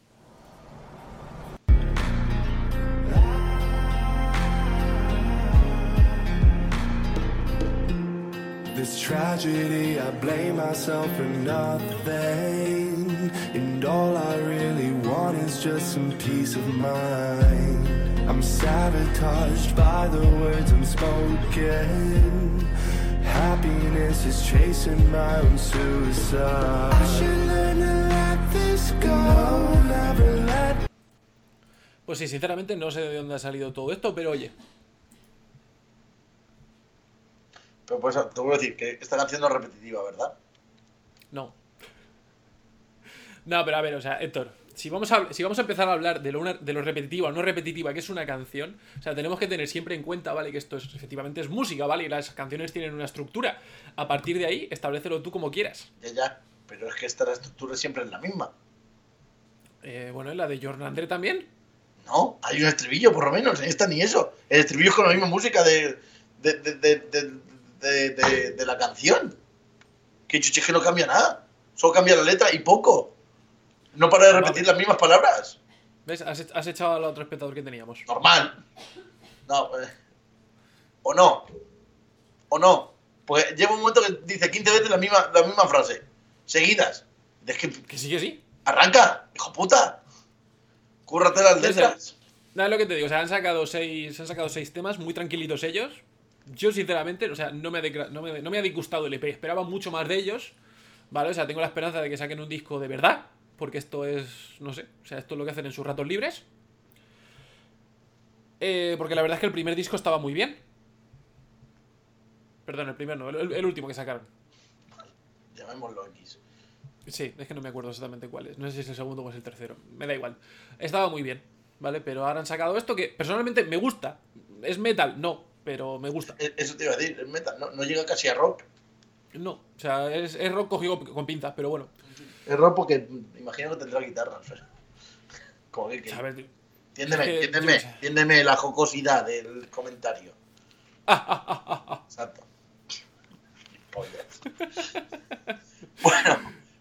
This tragedy, I blame myself for nothing. And all I really want is just some peace of mind. I'm sabotaged by the words I'm spoken. Happiness is chasing my own suicide. I should learn to let this go. never let Pues sí, sinceramente no sé de dónde ha salido todo esto, pero oye, Pero Pero pues, te vuelvo a decir que esta canción no es repetitiva, ¿verdad? No. No, pero a ver, o sea, Héctor, si vamos a, si vamos a empezar a hablar de lo, una- de lo repetitiva o no repetitiva que es una canción, o sea, tenemos que tener siempre en cuenta, ¿vale? Que esto es, efectivamente es música, ¿vale? Y las canciones tienen una estructura. A partir de ahí, establecelo tú como quieras. Ya, ya. Pero es que esta estructura siempre es la misma. Eh, bueno, en la de Jordan André también. No, hay un estribillo, por lo menos. En esta ni eso. El estribillo es con la misma música de, de, de, de, de, de- de- de la canción. Que chuche que no cambia nada. Solo cambia la letra y poco. No para de repetir las mismas palabras. ¿Ves? Has, ech- has echado al otro espectador que teníamos. Normal. No, eh. O no. O no. Pues lleva un momento que dice 15 veces la misma, la misma frase. Seguidas. Es que Que sí, que sí. arranca, hijo puta. Cúrrate las Ya sé. letras. Nada, es lo que te digo. O sea, han sacado seis, han sacado seis temas, muy tranquilitos ellos. Yo, sinceramente, o sea, no me, ha degra- no me- no me ha disgustado el EP. Esperaba mucho más de ellos. Vale, o sea, tengo la esperanza de que saquen un disco de verdad. Porque esto es, no sé, o sea, esto es lo que hacen en sus ratos libres. Eh, porque la verdad es que el primer disco estaba muy bien. Perdón, el primero no, el- el último que sacaron. Llamémoslo X. Sí, es que no me acuerdo exactamente cuál es. No sé si es el segundo o es el tercero. Me da igual. Estaba muy bien, ¿vale? Pero ahora han sacado esto que personalmente me gusta. ¿Es metal? No, pero me gusta. Eh, Eso te iba a decir, el metal no, no llega casi a rock. No, o sea, es, es rock cogido con pinzas, pero bueno. Es rock porque mm, imagino que tendrá guitarra. pero- Como que, que- A ver, tío. Entiéndeme, es que- entiéndeme, yo qué sé. entiéndeme la jocosidad del comentario. Exacto. Polla. bueno,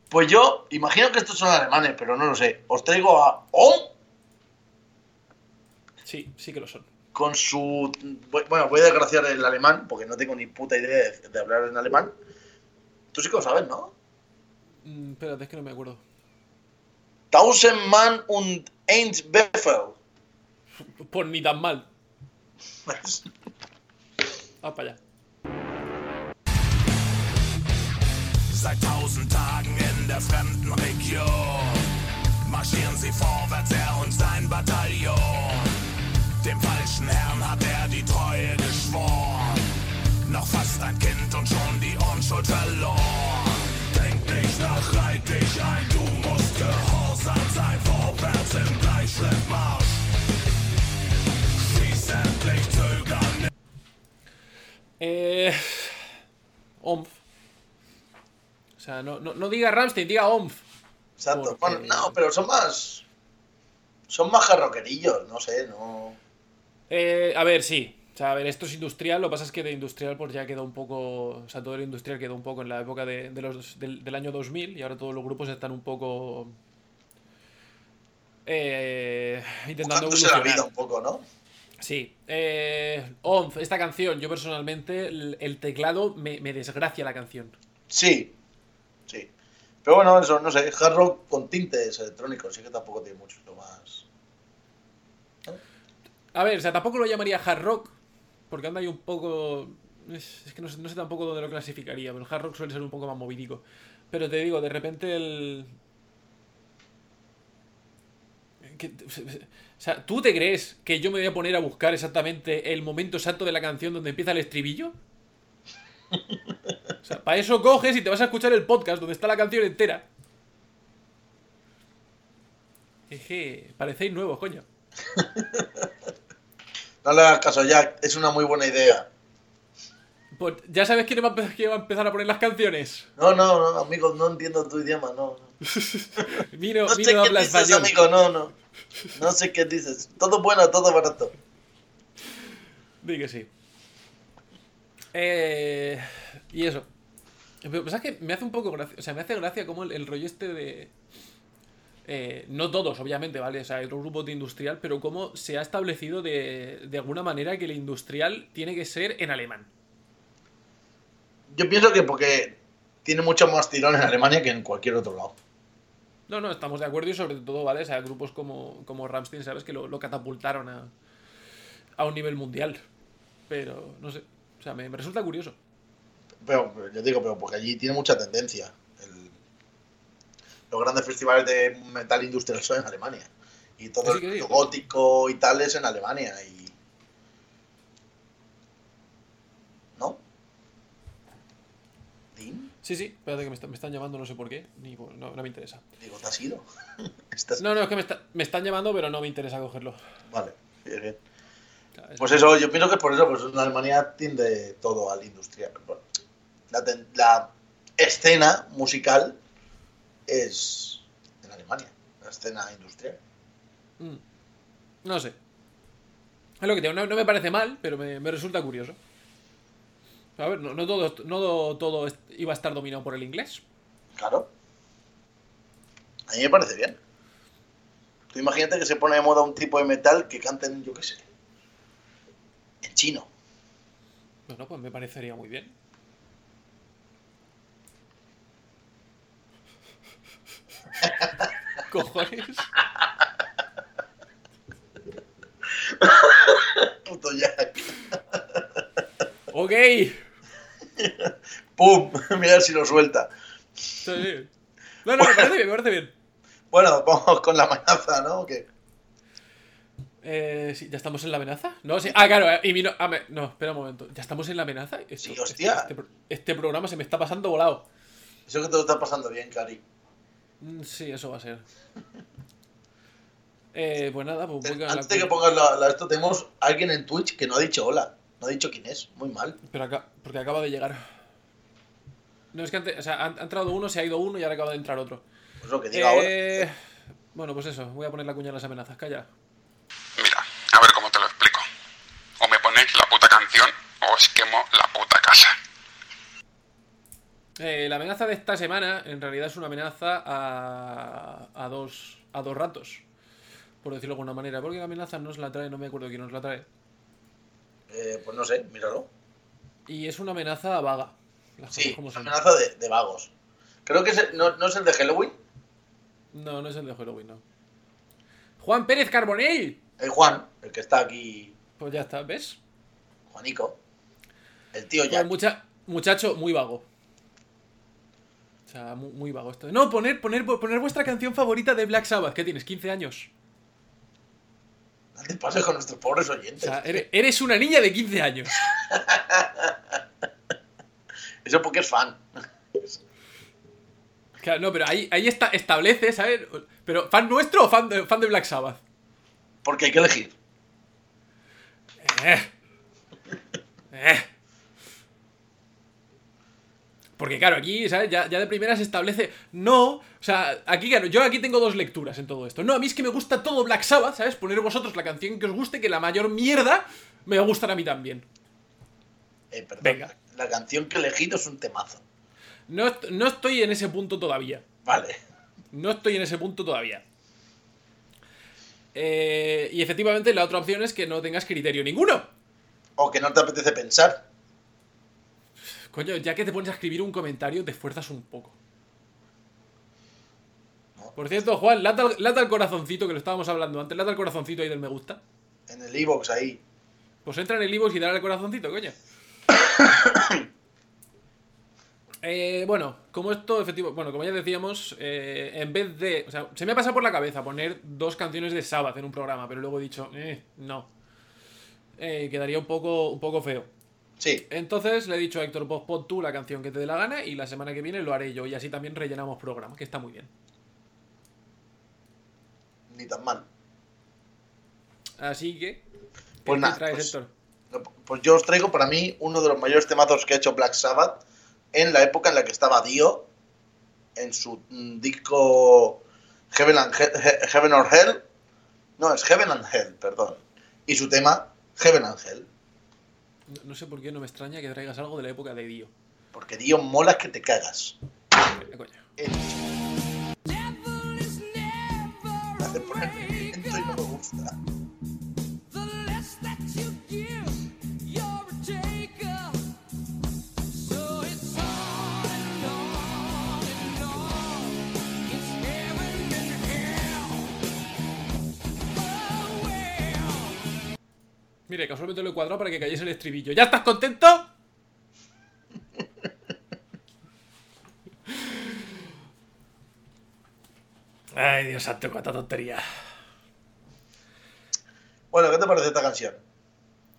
pues yo imagino que estos son alemanes, pero no lo sé. Os traigo a OM Sí, sí que lo son. con su. Bueno, voy a desgraciar el alemán porque no tengo ni puta idea de, de hablar en alemán. Tú sí que lo sabes, ¿no? Mm, espérate, es que no me acuerdo. Tausend Mann und Eins Befehl. Por Pues ni tan mal. Ah, para allá. Seit tausend Tagen in der fremden Region marschieren sie vorwärts, er und sein Bataillon. Dem falschen Herrn hat er die Treue geschworen. Noch fast ein Kind und schon die Unschuld verloren. Denk nicht nach, reit dich ein, du musst gehorsam sein, vorwärts im Gleichschrittmarsch. Schieß endlich, zögern Eh. OMF. O sea, no, no, no diga Ramstein, diga OMF. Exacto. Porque- Bueno, no, pero son más. Son más jarroquerillos, no sé, no. Eh, a ver, sí. O sea, a ver, esto es industrial, lo que pasa es que de industrial pues ya queda un poco, o sea, todo el industrial quedó un poco en la época de, de los, del, del año 2000 y ahora todos los grupos están un poco eh, intentando Buscándose la vida evolucionar. un poco, ¿no? Sí. Eh, Onf, esta canción, yo personalmente, el, el teclado me, me desgracia la canción. Sí. Sí. Pero bueno, eso, no sé, hard rock con tintes electrónicos, sí que tampoco tiene mucho más. A ver, o sea, tampoco lo llamaría hard rock, porque anda ahí un poco... Es, es que no sé, no sé tampoco dónde lo clasificaría, pero el hard rock suele ser un poco más movidico. Pero te digo, de repente el... que- o sea, ¿tú te crees que yo me voy a poner a buscar exactamente el momento exacto de la canción donde empieza el estribillo? O sea, para eso coges y te vas a escuchar el podcast donde está la canción entera. Jeje, parecéis nuevos, coño. No le hagas caso, Jack, es una muy buena idea. Pues, ya sabes quién va, a empe- quién va a empezar a poner las canciones. No, no, no, amigo, no entiendo tu idioma, no. No, Miro, No sé miro qué habla dices, español. amigo, no, no. No sé qué dices. Todo bueno, todo barato. Di que sí. Eh, y eso. Pero, ¿Sabes que Me hace un poco gracia. O sea, me hace gracia como el, el rollo este de. eh, no todos, obviamente, ¿vale? O sea, hay otros grupos de industrial, pero cómo se ha establecido de, de alguna manera que el industrial tiene que ser en alemán. Yo pienso que porque tiene mucho más tirón en Alemania que en cualquier otro lado. No, no, estamos de acuerdo y sobre todo, ¿vale? O sea, grupos como, como Rammstein, ¿sabes? Que lo, lo catapultaron a, a un nivel mundial. Pero, no sé. O sea, me, me resulta curioso. Pero, pero yo digo, pero porque allí tiene mucha tendencia. El- los grandes festivales de metal industrial son en Alemania. Y todo Sí, que sí. el gótico y tal es en Alemania. Y... ¿No? Sí, sí, espérate que me, está- me están llamando, no sé por qué. ni por- no, no me interesa. Digo, ¿te has ido? Estás- No, no, es que me, está- me están llamando, pero no me interesa cogerlo. Vale, bien, bien. Claro, es- Pues eso, yo pienso que es por eso, pues Alemania tiende todo al industrial. Bueno, la, ten- la escena musical es en Alemania, la escena industrial. Mm. No sé. Es lo que digo, no, no me parece mal, pero me, me resulta curioso. A ver, no, no todo, no todo- todo est- iba a estar dominado por el inglés. Claro. A mí me parece bien. Tú imagínate que se pone de moda un tipo de metal que canten, yo qué sé, en chino. Bueno, pues me parecería muy bien. Cojones. Puto Jack. Ok. ¡Pum! Mira si lo suelta. Sí, sí. No, no, me parece bien, me parece bien. Bueno, vamos con la amenaza, ¿no? Que Eh, sí, ¿Ya estamos en la amenaza? No, sí. Ah, claro, eh, y mi no, ah, me- no, espera un momento. ¿Ya estamos en la amenaza? Esto- Sí, hostia. Este, este pro- este programa se me está pasando volado. eso que te lo está pasando bien, Cari. Mm, Sí, eso va a ser. Eh, pues nada, pues voy con la Antes de que cu- pongas la, la- esto, tenemos alguien en Twitch que no ha dicho hola. No ha dicho quién es. Muy mal. Pero acá, porque acaba de llegar. No, es que antes, o sea, ha, ha entrado uno, se ha ido uno y ahora acaba de entrar otro. Pues lo que diga hola. Eh, bueno, pues eso, voy a poner la cuña de las amenazas, calla. Mira, a ver cómo te lo explico. O me ponéis la puta canción o os quemo la puta casa. Eh, la amenaza de esta semana en realidad es una amenaza a, a dos a dos ratos, por decirlo de alguna manera, porque la amenaza nos la trae, no me acuerdo quién nos la trae. Eh, pues no sé, míralo. Y es una amenaza vaga. Las cosas Sí, como son. amenaza de, de vagos. Creo que es el- no, no es el de Halloween. No, no es el de Halloween, no. Juan Pérez Carbonell. El Juan, el que está aquí, Pues ya está, ¿ves? Juanico. El tío Pues Jack. mucha- muchacho muy vago. O sea, mu- muy, vago esto. No, poner, poner, poner vuestra canción favorita de Black Sabbath. ¿Qué tienes? ¿15 años? No te pases con nuestros pobres O oyentes. sea, eres, eres una niña de 15 años. Eso porque es fan. Claro, no, pero ahí, ahí está, establece, ¿sabes? Pero, ¿fan nuestro o fan de, fan de Black Sabbath? Porque hay que elegir. Eh. Eh. Porque claro, aquí, ¿sabes? Ya, ya de primera se establece. No, o sea, aquí, claro, yo aquí tengo dos lecturas en todo esto. No, a mí es que me gusta todo Black Sabbath, ¿sabes? Poner vosotros la canción que os guste, que la mayor mierda me va a gustar a mí también. Eh, perdón. Venga. La canción que he elegido es un temazo. No, est- no estoy en ese punto todavía. Vale. No estoy en ese punto todavía. Eh, y efectivamente, la otra opción es que no tengas criterio ninguno. O que no te apetece pensar. Coño, ya que te pones a escribir un comentario, te esfuerzas un poco. Por cierto, Juan, lata, al- lata el corazoncito que lo estábamos hablando antes, lata el corazoncito ahí del me gusta. En el iBox ahí. Pues entra en el iVoox y dale al corazoncito, coño. Eh, bueno, como esto, efectivo, bueno, como ya decíamos, eh, en vez de. O sea, se me ha pasado por la cabeza poner dos canciones de Sabbath en un programa, pero luego he dicho, eh, no. Eh, quedaría un poco, un poco feo. Sí. Entonces le he dicho a Héctor, pues pon tú la canción que te dé la gana y la semana que viene lo haré yo. Y así también rellenamos programa, que está muy bien. Ni tan mal. Así que. Pues ¿qué nada, traes, pues- Héctor? No, Pues yo os traigo para mí uno de los mayores temazos que ha hecho Black Sabbath en la época en la que estaba Dio en su mm, disco Heaven, and He- He- Heaven or Hell. No, es Heaven and Hell, perdón. Y su tema Heaven and Hell. No, no sé por qué no me extraña que traigas algo de la época de Dio. Porque Dio mola que te cagas. Eh, coño. He dicho. Me hace ponerme violento y no me gusta. Mire, casualmente lo he cuadrado para que cayese el estribillo. ¿Ya estás contento? Ay, Dios santo, cuánta tontería. Bueno, ¿qué te parece esta canción?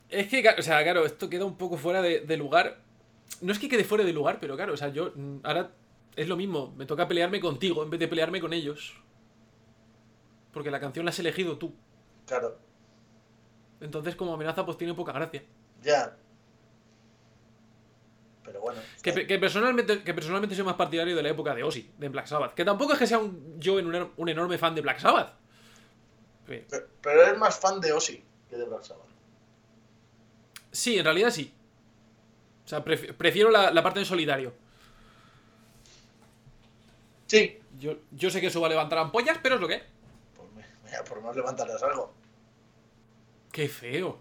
Es que, ca- o sea, claro, esto queda un poco fuera de, de lugar. No es que quede fuera de lugar, pero claro, o sea, yo mm, ahora es lo mismo, me toca pelearme contigo en vez de pelearme con ellos. Porque la canción la has elegido tú. Claro, Entonces, como amenaza, pues tiene poca gracia. ya. Pero bueno. Que, pe- que personalmente, que personalmente soy más partidario de la época de Ozzy, de Black Sabbath. Que tampoco es que sea un- yo en un, er- un enorme fan de Black Sabbath. Pe- pe- Pero eres más fan de Ozzy que de Black Sabbath. Sí, en realidad sí. O sea, pref- prefiero la, la parte en solitario. Sí. Yo, yo sé que eso va a levantar ampollas, pero es lo que es. Pues me- mira, por más levantarás algo. Qué feo.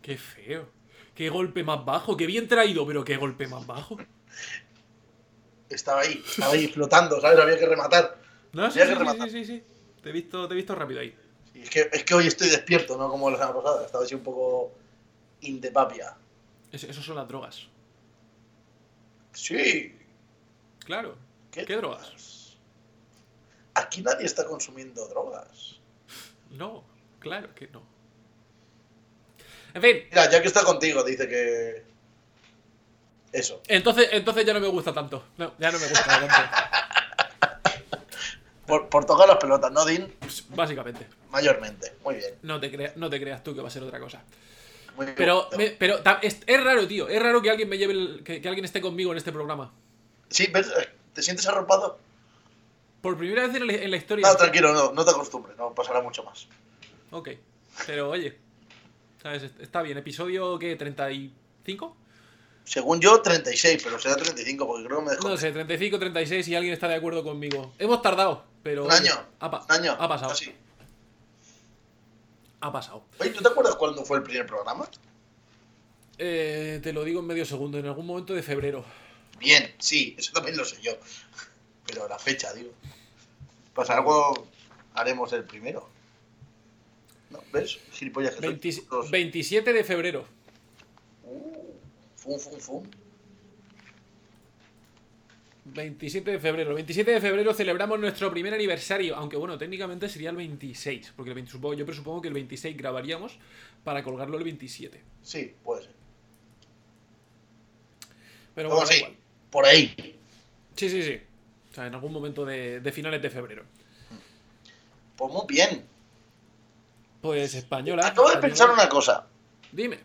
Qué feo. Qué golpe más bajo. Qué bien traído, pero qué golpe más bajo. Estaba ahí, estaba ahí flotando, ¿sabes? Había que rematar. No, sí, Había sí, que sí, rematar. sí, sí, sí. Te he visto, te he visto rápido ahí. Y es, que, es que hoy estoy despierto, no como la semana pasada. Estaba así un poco in the papia. Es- Esas son las drogas. Sí. Claro. ¿Qué, ¿Qué drogas? Aquí nadie está consumiendo drogas. No, claro que no. En fin, Mira, ya que está contigo, dice que. Eso. entonces, entonces ya no me gusta tanto. No, ya no me gusta tanto. Por, por tocar las pelotas, ¿no, Dean? Pues, Básicamente. Mayormente. Muy bien. No te, crea- no te creas tú que va a ser otra cosa. Muy bien. Pero, me- pero ta- es, es raro, tío. Es raro que alguien me lleve el- que, que alguien esté conmigo en este programa. Sí, ¿ves? ¿Te sientes arropado? Por primera vez en la, en la historia. No, tranquilo, no, no te acostumbres, no pasará mucho más. Ok. Pero oye. ¿Sabes? Est- Está bien. ¿Episodio qué? ¿35? Según yo, 36, pero será 35, porque creo que me dejó. No sé, 35, 36, si alguien está de acuerdo conmigo. Hemos tardado, pero. Un oye, año. Ha, pa- un año. ha pasado. casi. Ha pasado. Oye, ¿tú te acuerdas cuándo fue el primer programa? Eh, te lo digo en medio segundo, en algún momento de febrero. Bien, sí, eso también lo sé yo. Pero la fecha, digo. Pasará cuando haremos el primero. No, ¿Ves? Gilipollas que soy. 20 Los- 27 de febrero. Uh, Fum, fum, fum. 27 de febrero. 27 de febrero celebramos nuestro primer aniversario. Aunque bueno, técnicamente sería el 26. Porque el 20 supongo- yo presupongo que el 26 grabaríamos para colgarlo el 27. Sí, puede ser. Pero ¿Cómo bueno, da así? igual. Por ahí. Sí, sí, sí. O sea, en algún momento de, de finales de febrero. Pues muy bien. Pues española. Acabo de española. pensar una cosa. Dime.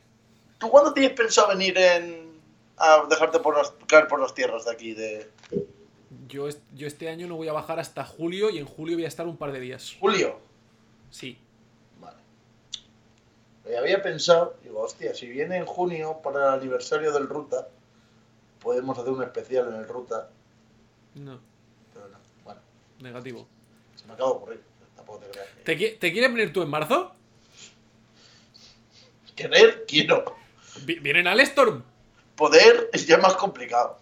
¿Tú cuándo tienes pensado venir en... a dejarte por las- caer por las tierras de aquí? De Yo, est- yo este año no voy a bajar hasta julio y en julio voy a estar un par de días. julio. Sí. Vale. Lo había pensado, digo, hostia, si viene en junio para el aniversario del Ruta, podemos hacer un especial en el Ruta. No, Pero no, bueno, negativo. se me acaba de ocurrir. Tampoco te creas. que- ¿Te, qui- ¿Te quieres venir tú en marzo? Querer, quiero. Vi- ¿Vienen al Storm? Poder es ya más complicado.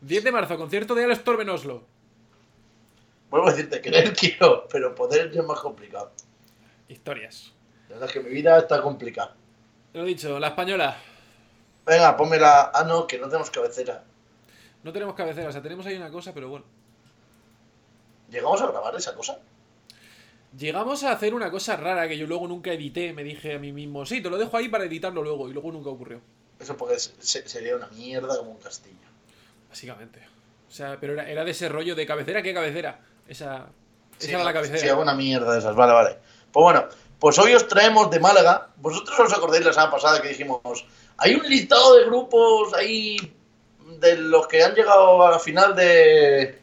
10 de marzo, concierto de Alestor en Oslo. Vuelvo a decirte, querer, quiero, pero poder ya es más complicado. Historias. La verdad es que mi vida está complicada. Lo dicho, la española. Venga, pónmela. Ah, no, que no tenemos cabecera. No tenemos cabecera, o sea, tenemos ahí una cosa, pero bueno. ¿Llegamos a grabar esa cosa? Llegamos a hacer una cosa rara que yo luego nunca edité. Me dije a mí mismo, sí, te lo dejo ahí para editarlo luego. Y luego nunca ocurrió, Eso porque es- se- sería una mierda como un castillo. básicamente. O sea, pero era, era de ese rollo de cabecera, ¿qué cabecera? Esa, esa Sí, era la sí, cabecera. hago una mierda de esas, vale, vale. Pues bueno, pues hoy os traemos de Málaga. Vosotros os acordáis la semana pasada que dijimos, hay un listado de grupos ahí de los que han llegado a la final de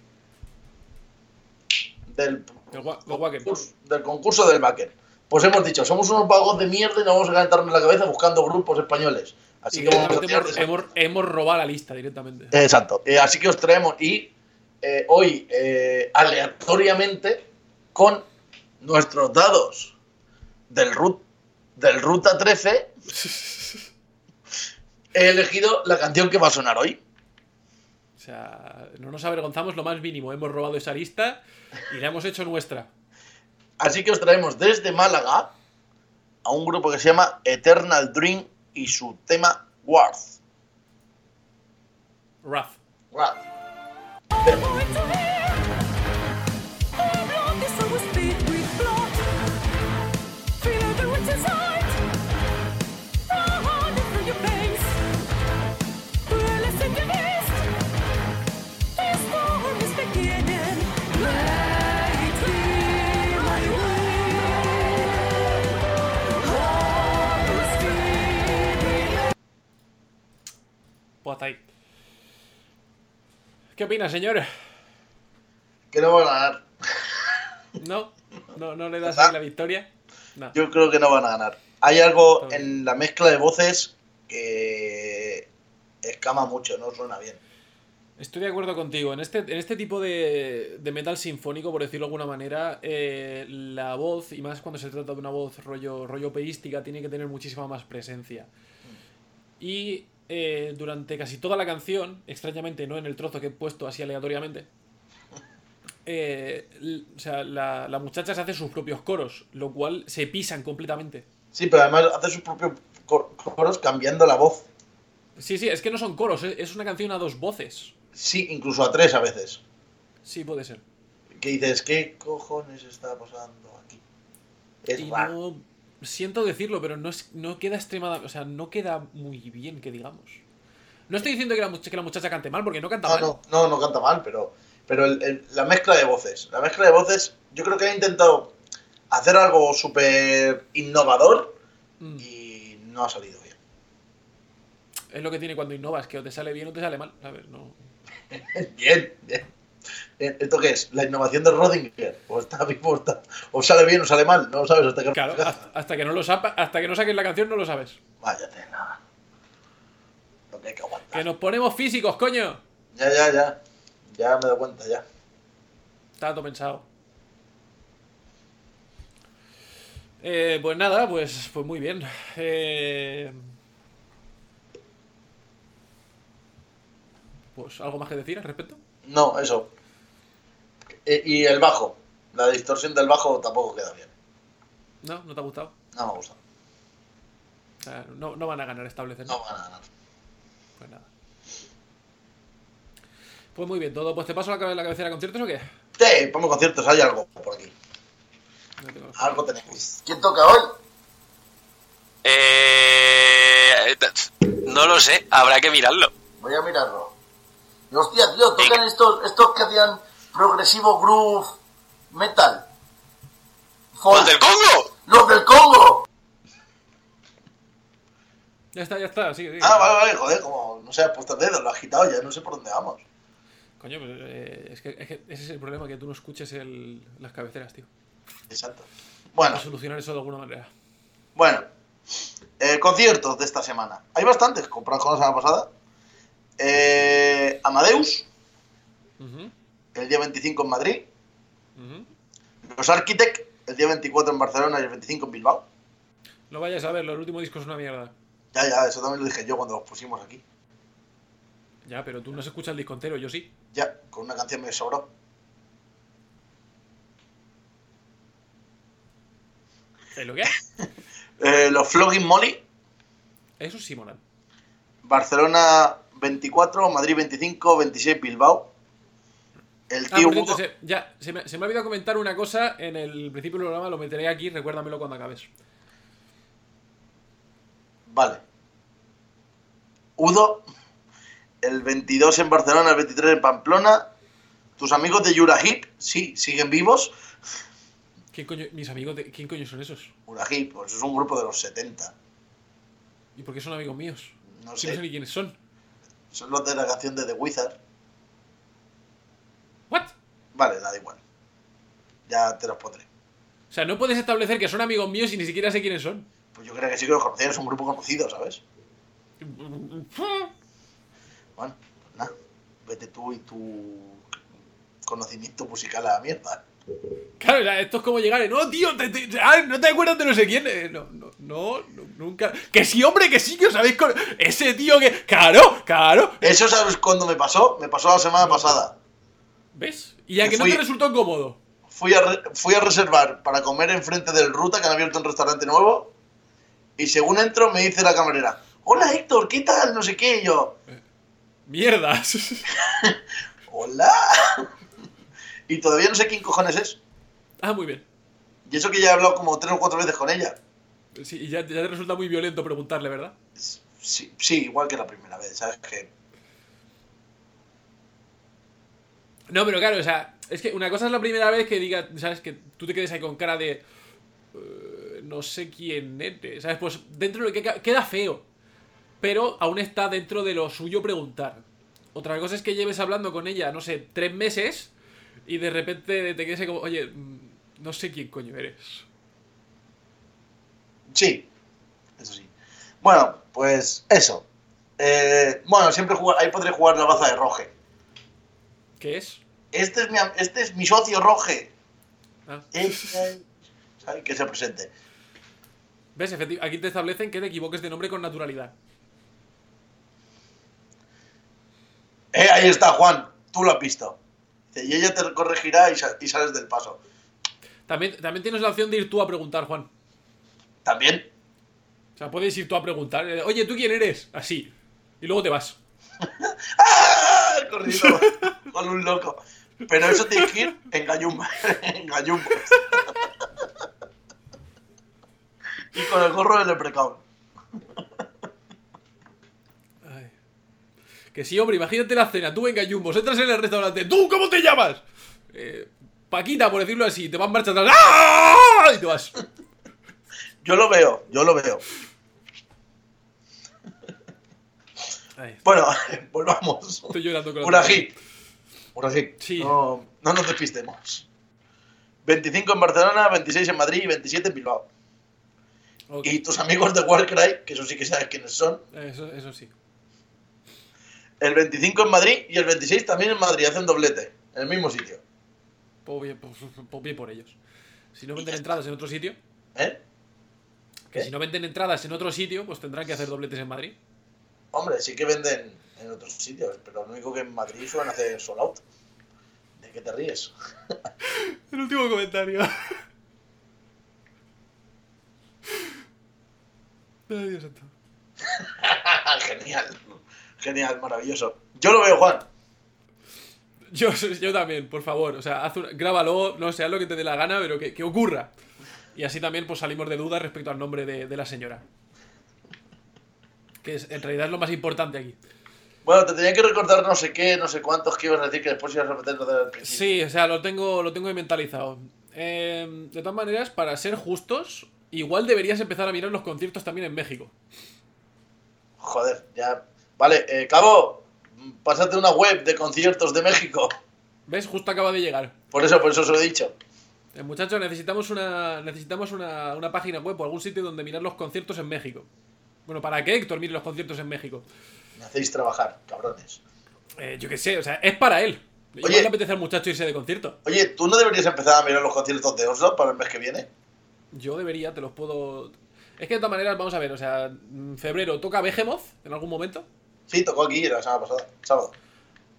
del, Del gua- del Wacken. concurso, del concurso del Wacken". Pues hemos dicho, somos unos vagos de mierda y nos vamos a calentarnos la cabeza buscando grupos españoles. Así Y que vamos a directamente tirar de hemos, esa- hemos- hemos robado la lista directamente. Exacto. Eh, así que os traemos y eh, hoy eh, aleatoriamente con nuestros dados del, Ru- del Ruta 13 he elegido la canción que va a sonar hoy. O sea, no nos avergonzamos lo más mínimo. Hemos robado esa lista y la hemos hecho nuestra. Así que os traemos desde Málaga a un grupo que se llama Eternal Dream y su tema Worth. Wrath. Worth. Feeling the witch's heart, a hundred through your pues ¿Qué opina, señor? Que no van a ganar. ¿No? ¿No, no le das ahí la victoria? No. Yo creo que no van a ganar. Hay algo en la mezcla de voces que escama mucho, no suena bien. Estoy de acuerdo contigo. En este, en este tipo de, de metal sinfónico, por decirlo de alguna manera, eh, la voz, y más cuando se trata de una voz rollo, rollo peística, tiene que tener muchísima más presencia. Y eh, durante casi toda la canción, extrañamente no en el trozo que he puesto así aleatoriamente, eh, l- o sea, la, la muchacha se hace sus propios coros, lo cual se pisan completamente. Sí, pero además hace sus propios cor- coros cambiando la voz. Sí, sí, es que no son coros, es, es una canción a dos voces. Sí, incluso a tres a veces. Sí, puede ser. Que dices, ¿qué cojones está pasando aquí? Es Y raro. no, siento decirlo, pero no, es, no queda extremadamente. O sea, no queda muy bien, que digamos. No estoy diciendo que la, much- que la muchacha cante mal, porque no canta No, mal. no, no, no canta mal, pero, pero el- el- la mezcla de voces. La mezcla de voces, yo creo que ha intentado hacer algo súper innovador Mm. y no ha salido bien. Es lo que tiene cuando innovas, que o te sale bien o te sale mal. ¿sabes? No. Bien, bien. Eh, ¿Esto qué es? ¿La innovación de Rodinger? O está vivo, o, está- o sale bien o sale mal, no lo sabes hasta que Claro, hasta, hasta que no lo sapa- hasta que no saques la canción no lo sabes. Váyate, nada. Lo que hay que aguantar. Que nos ponemos físicos, coño. Ya, ya, ya. Ya me doy cuenta, ya. Estaba todo pensado. Eh, pues nada, pues, pues muy bien. Eh, Pues algo más que decir al respecto. No, eso. E- y el bajo. La distorsión del bajo tampoco queda bien. No, no te ha gustado. No me gusta. O sea, no, no van a ganar establecer. No van a ganar. Pues nada. Pues muy bien, todo. Pues te paso la, cabe- la cabecera de conciertos o qué? Sí, ponme conciertos, hay algo por aquí. No tengo- Algo tenemos. ¿Quién toca hoy? Eh, no lo sé, habrá que mirarlo. Voy a mirarlo. Y, hostia, tío, tocan estos, estos que hacían progresivo groove metal. ¡Los del Congo! ¡Los del Congo! Ya está, ya está, sigue, sigue. Ah, vale, vale, joder, como no se ha puesto el dedo, lo ha agitado ya, no sé por dónde vamos. Coño, pues, eh, es, que, es que ese es el problema, que tú no escuches el- las cabeceras, tío. Exacto. Hay Bueno, que solucionar eso de alguna manera. bueno. Eh, conciertos de esta semana. Hay bastantes, comprados con la semana pasada. Eh, Amadeus, Ujú, el día 25 en Madrid. ujú. Los Architect, el día 24 en Barcelona y el 25 en Bilbao. No vayas a verlo, el último disco es una mierda. Ya, ya, eso también lo dije yo cuando los pusimos aquí. Ya, pero tú no se escucha el disco entero, yo sí. Ya, con una canción me sobró. ¿Es lo que es? Eh, los Flogging Molly, Eso sí molan. Barcelona 24, Madrid 25, 26 Bilbao. El Ah, tío por cierto, Hugo- se, ya, se me, se me ha olvidado comentar una cosa en el principio del programa, lo meteré aquí, recuérdamelo cuando acabes. Vale. Udo, el 22 en Barcelona, el 23 en Pamplona. Tus amigos de Yurahip, sí, siguen vivos. ¿Quién coño, mis amigos, de, ¿quién coño son esos? Yurahip, pues es un grupo de los 70. ¿Y por qué son amigos míos? No Sí, pues, no sé sé, ni quiénes son. son los de la canción de The Wizard. ¿What? Vale, da igual. Ya te los pondré. O sea, no puedes establecer que son amigos míos y ni siquiera sé quiénes son. Pues yo creo que sí que los conocía, es un grupo conocido, ¿sabes? Bueno, pues nada. Vete tú y tu conocimiento musical a la mierda. Claro, o sea, esto es como llegar. y, No, tío, te- te- ah, no te acuerdas de no sé quién. Eh, No, no, no, no, nunca. Que sí, hombre, que sí, que os habéis con. Ese tío que. Claro, claro. Eso sabes cuándo me pasó, me pasó la semana pasada. ¿Ves? Y a Que que no fui- te resultó cómodo. Fui a, re- fui a reservar para comer enfrente del Ruta, que han abierto un restaurante nuevo. Y según entro, me dice la camarera: Hola Héctor, ¿qué tal? No sé qué. Y yo: Mierdas. ¡Hola! y todavía no sé quién cojones es. ah, muy bien. Y eso que ya he hablado como tres o cuatro veces con ella. Sí, y ya, ya te resulta muy violento preguntarle, ¿verdad? Sí, sí, igual que la primera vez, ¿sabes? Que No, pero claro, o sea, es que una cosa es la primera vez que diga, ¿sabes? Que tú te quedes ahí con cara de. eh, no sé quién eres, ¿sabes? Pues dentro de lo que ca- queda feo. Pero aún está dentro de lo suyo preguntar. Otra cosa es que lleves hablando con ella, no sé, tres meses y de repente te quedes ahí como, oye, mm, no sé quién coño eres. Sí, eso sí. Bueno, pues eso. Eh, bueno, siempre jugar, ahí podré jugar la baza de Roge. ¿Qué es? Este es mi, am- este es mi socio Roge. Ah. Este- ¿sabe? que se presente. ¿Ves? Efecti- Aquí te establecen que te equivoques de nombre con naturalidad. Eh, ahí está, Juan. Tú lo has visto. Dice, Y ella te corregirá y, sa- y sales del paso. También, también tienes la opción de ir tú a preguntar, Juan. También. O sea, puedes ir tú a preguntar. eh, Oye, ¿tú quién eres? Así. Y luego te vas. ¡Ah! Corriendo con un loco. Pero eso tiene que ir en gallumba. en gallumbo. y con el gorro del leprecaun. Ay. Que sí, hombre, imagínate la cena. Tú venga, Jumbos, entras en el restaurante. ¿Tú cómo te llamas? Eh, Paquita, por decirlo así. Te vas marcha atrás. ¡Ah! Y te vas. Yo lo veo, yo lo veo. Ay. Bueno, volvamos. Estoy llorando con la Urají. Urají. Sí. No, no nos despistemos. 25 en Barcelona, 26 en Madrid y 27 en Bilbao. Ok. Y tus amigos de Warcry, que eso sí que sabes quiénes son, Eso, eso sí. el 25 en Madrid y el 26 también en Madrid, hacen doblete, en el mismo sitio. Pues bien, pues- pues bien por ellos. Si no venden entradas en otro sitio, ¿Eh? que si no venden entradas en otro sitio, pues tendrán que hacer dobletes en Madrid. Hombre, sí que venden en otros sitios, pero lo único que en Madrid suelen hacer sold out. ¿De qué te ríes? El último comentario. Ay, Dios santo. genial, genial, maravilloso. Yo lo veo, Juan. Yo, yo también, por favor. O sea, haz una- grábalo, no sé, haz lo que te dé la gana, pero que, que ocurra. Y así también pues salimos de dudas respecto al nombre de, de la señora. Que es, en realidad es lo más importante aquí. Bueno, te tenía que recordar no sé qué, no sé cuántos que ibas a decir que después ibas a meterlo desde el principio. Sí, o sea, lo tengo, lo tengo mentalizado. Eh, de todas maneras, para ser justos, igual deberías empezar a mirar los conciertos también en México. Joder, ya. Vale, eh, Cabo, mm, pásate una web de conciertos de México. ¿Ves? Justo acaba de llegar. Por eso, por eso os lo he dicho. Eh, muchachos, necesitamos una necesitamos una, una página web o algún sitio donde mirar los conciertos en México. Bueno, ¿para qué Héctor mire los conciertos en México? Me hacéis trabajar, cabrones. Eh, yo qué sé, o sea, es para él. Igual Oye. le apetece al muchacho irse de concierto. Oye, ¿tú no deberías empezar a mirar los conciertos de Oslo para el mes que viene? Yo debería, te los puedo. Es que de todas maneras, vamos a ver, o sea, en febrero toca Behemoth en algún momento. Sí, tocó aquí la semana pasada, sábado.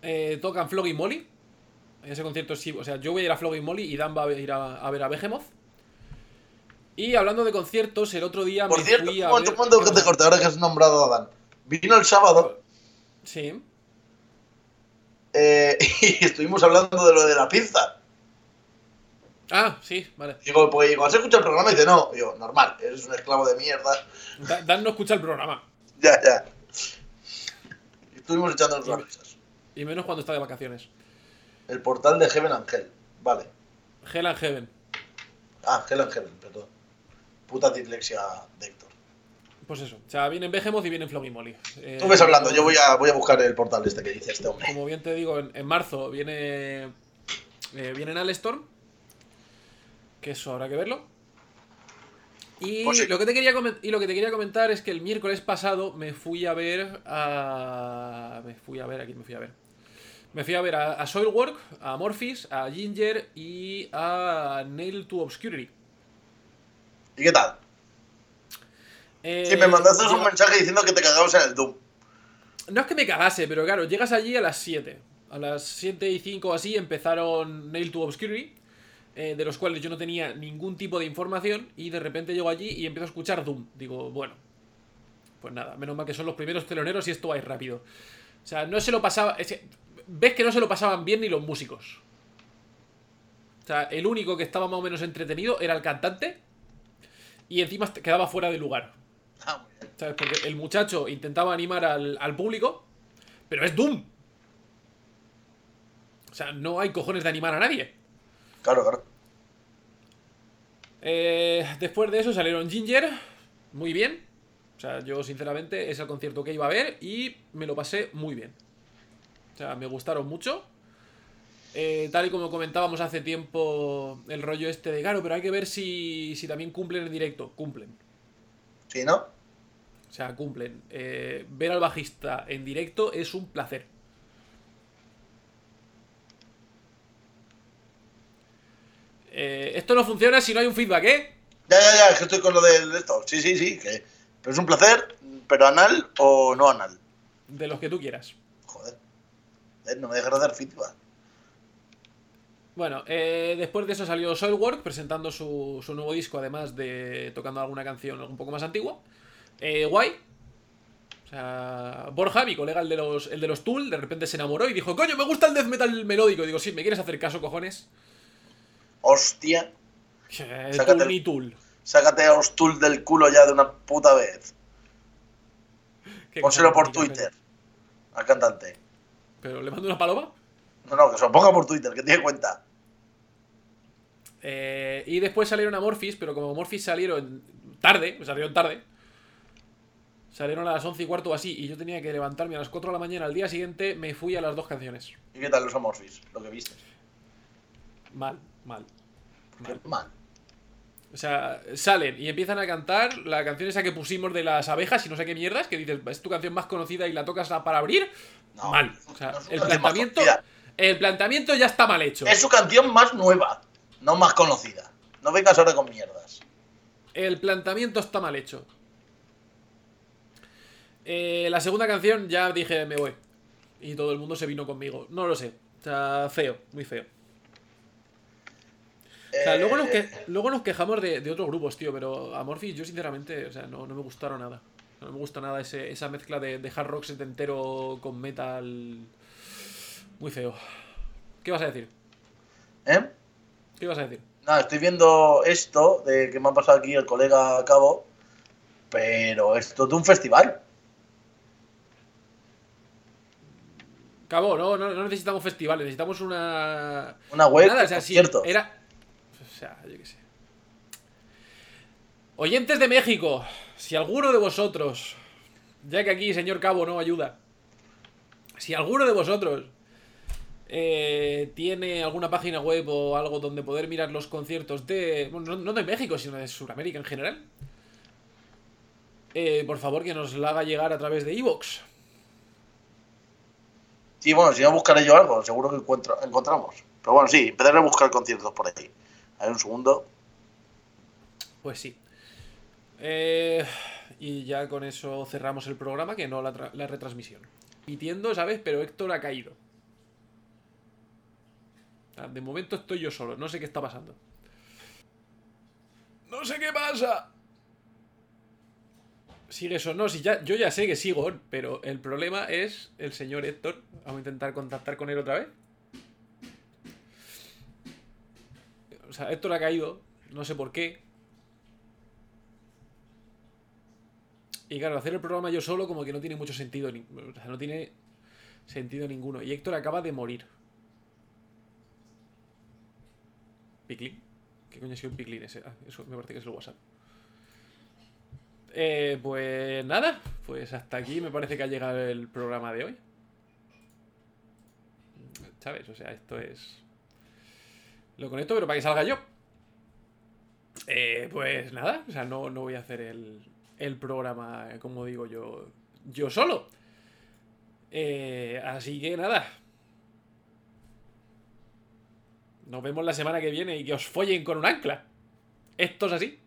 Eh, tocan Flog y Molly. En ese concierto sí, o sea, yo voy a ir a Flog y Molly y Dan va a ir a, a ver a Behemoth. Y hablando de conciertos, el otro día Por Ah, me cierto, fui un a momento, ver- un momento que te corte, ahora que has nombrado a Dan. Vino el sábado Sí. eh, y estuvimos hablando de lo de la pizza. Ah, sí, vale. Digo, pues digo, ¿has escuchado el programa? Y dice, no. Digo, normal, eres un esclavo de mierda. Da- Dan no escucha el programa. Ya, ya. Estuvimos echándonos las risas. Y menos cuando está de vacaciones. El portal de Heaven Angel. Vale. Hell and Heaven. Ah, Hell and Heaven, perdón. Puta dislexia de Héctor. Pues eso. O sea, vienen Behemoth y vienen Flog y Molly. Eh, Tú ves hablando, yo voy a, voy a buscar el portal este que dice este hombre. Como bien te digo, en, en marzo viene. eh, vienen Alestorm. Que eso habrá que verlo. Y, Pues sí. lo que te quería comen- y lo que te quería comentar es que el miércoles pasado me fui a ver a. Me fui a ver, aquí me fui a ver. Me fui a ver a, a Soilwork, a Morphis, a Ginger y a Nail to Obscurity. ¿Y qué tal? Eh, Sí, me mandaste un llega- mensaje diciendo que te cagabas en el Doom. No es que me cagase, pero claro, llegas allí a las 7. A las 7 y 5 o así empezaron Nail to Obscurity, eh, de los cuales yo no tenía ningún tipo de información, y de repente llego allí y empiezo a escuchar Doom. Digo, bueno, pues nada, menos mal que son los primeros teloneros y esto va a ir rápido. O sea, no se lo pasaba. es que- ves que no se lo pasaban bien ni los músicos. O sea, el único que estaba más o menos entretenido era el cantante, y encima quedaba fuera de lugar. Ah, ¿Sabes? Porque el muchacho intentaba animar al, al público, pero es Doom. O sea, no hay cojones de animar a nadie. Claro, claro. Eh, después de eso salieron Ginger, muy bien. O sea, yo sinceramente es el concierto que iba a ver y me lo pasé muy bien. O sea, me gustaron mucho. Eh, tal y como comentábamos hace tiempo, el rollo este de, claro, pero hay que ver si, si también cumplen en directo. Cumplen. ¿Sí, no? O sea, cumplen. Eh, ver al bajista en directo es un placer. Eh, esto no funciona si no hay un feedback, ¿eh? Ya, ya, ya, es que estoy con lo de esto. Sí, sí, sí. Que... Pero es un placer, pero anal o no anal. De los que tú quieras. Joder. Eh, No me dejas de dar feedback. Bueno, eh, después de eso salió Soilwork presentando su, su nuevo disco, además de tocando alguna canción un poco más antigua. Eh, guay. O sea, Borja, mi colega, el de, los, el de los Tool, de repente se enamoró y dijo: Coño, me gusta el death metal melódico. Digo, sí, ¿me quieres hacer caso, cojones? Hostia. Eh, Sácate Tool el- ni Tool. Sácate a Ostul del culo ya de una puta vez. Qué Pónselo cosa por bonita, Twitter. Al cantante. ¿Pero le mando una paloma? No, no, que se lo ponga por Twitter, que tiene cuenta. Eh, y después salieron a Morphis, pero como Morphis salieron tarde, pues salieron tarde. Salieron a las 11 y cuarto o así, y yo tenía que levantarme a las 4 de la mañana al día siguiente, me fui a las dos canciones. ¿Y qué tal los Amorphis? Lo que viste. Mal, mal. Mal. Mal. O sea, salen y empiezan a cantar la canción esa que pusimos de las abejas y no sé qué mierdas, que dices, es tu canción más conocida y la tocas para abrir. mal. O sea, el planteamiento, el planteamiento ya está mal hecho. Es su canción más nueva, no más conocida. No vengas ahora con mierdas. El planteamiento está mal hecho. Eh, la segunda canción ya dije, me voy. Y todo el mundo se vino conmigo. No lo sé. O sea, feo, muy feo. O sea, luego, nos que, Eh, luego nos quejamos de, de otros grupos, tío, pero Amorphis yo sinceramente, o sea, no, no me gustaron nada. No me gusta nada ese- esa mezcla de, de hard rock setentero con metal. Muy feo. ¿Qué vas a decir? ¿Eh? ¿Qué vas a decir? Nada, estoy viendo esto de que me ha pasado aquí el colega Cabo, pero esto de un festival. Cabo, no, no, no necesitamos festivales, necesitamos una. Una web Nada, o con sea, sí, conciertos. era. O sea, yo qué sé. Oyentes de México, si alguno de vosotros, ya que aquí, señor Cabo, no ayuda, si alguno de vosotros eh, tiene alguna página web o algo donde poder mirar los conciertos de. bueno, no, no de México, sino de Sudamérica en general, eh, por favor que nos la haga llegar a través de Evox. Sí, bueno, si no buscaré yo algo, seguro que encuentro, encontramos. Pero bueno, sí, empezaré a buscar conciertos por ahí. A ver, un segundo. Pues sí. Eh, y ya con eso cerramos el programa, que no la, tra- la retransmisión. Pitiendo, ¿sabes? Pero Héctor ha caído. Ah, De momento estoy yo solo, no sé qué está pasando. ¡No sé qué pasa! ¿Sigues o no? Si ya, yo ya sé que sigo, pero el problema es el señor Héctor. Vamos a intentar contactar con él otra vez. O sea, Héctor ha caído, no sé por qué. Y claro, hacer el programa yo solo como que no tiene mucho sentido. ni- O sea, no tiene sentido ninguno. Y Héctor acaba de morir. ¿Piclin? ¿Qué coño ha sido un piclin ese? Ah, eso me parece que es el WhatsApp. Eh, pues nada, pues hasta aquí me parece que ha llegado el programa de hoy. ¿Sabes? O sea, esto es... Lo conecto, pero para que salga yo. Eh, pues nada, o sea, no, no voy a hacer el, el programa, eh, como digo yo, yo solo. Eh, así que nada. Nos vemos la semana que viene y que os follen con un ancla. Esto es así.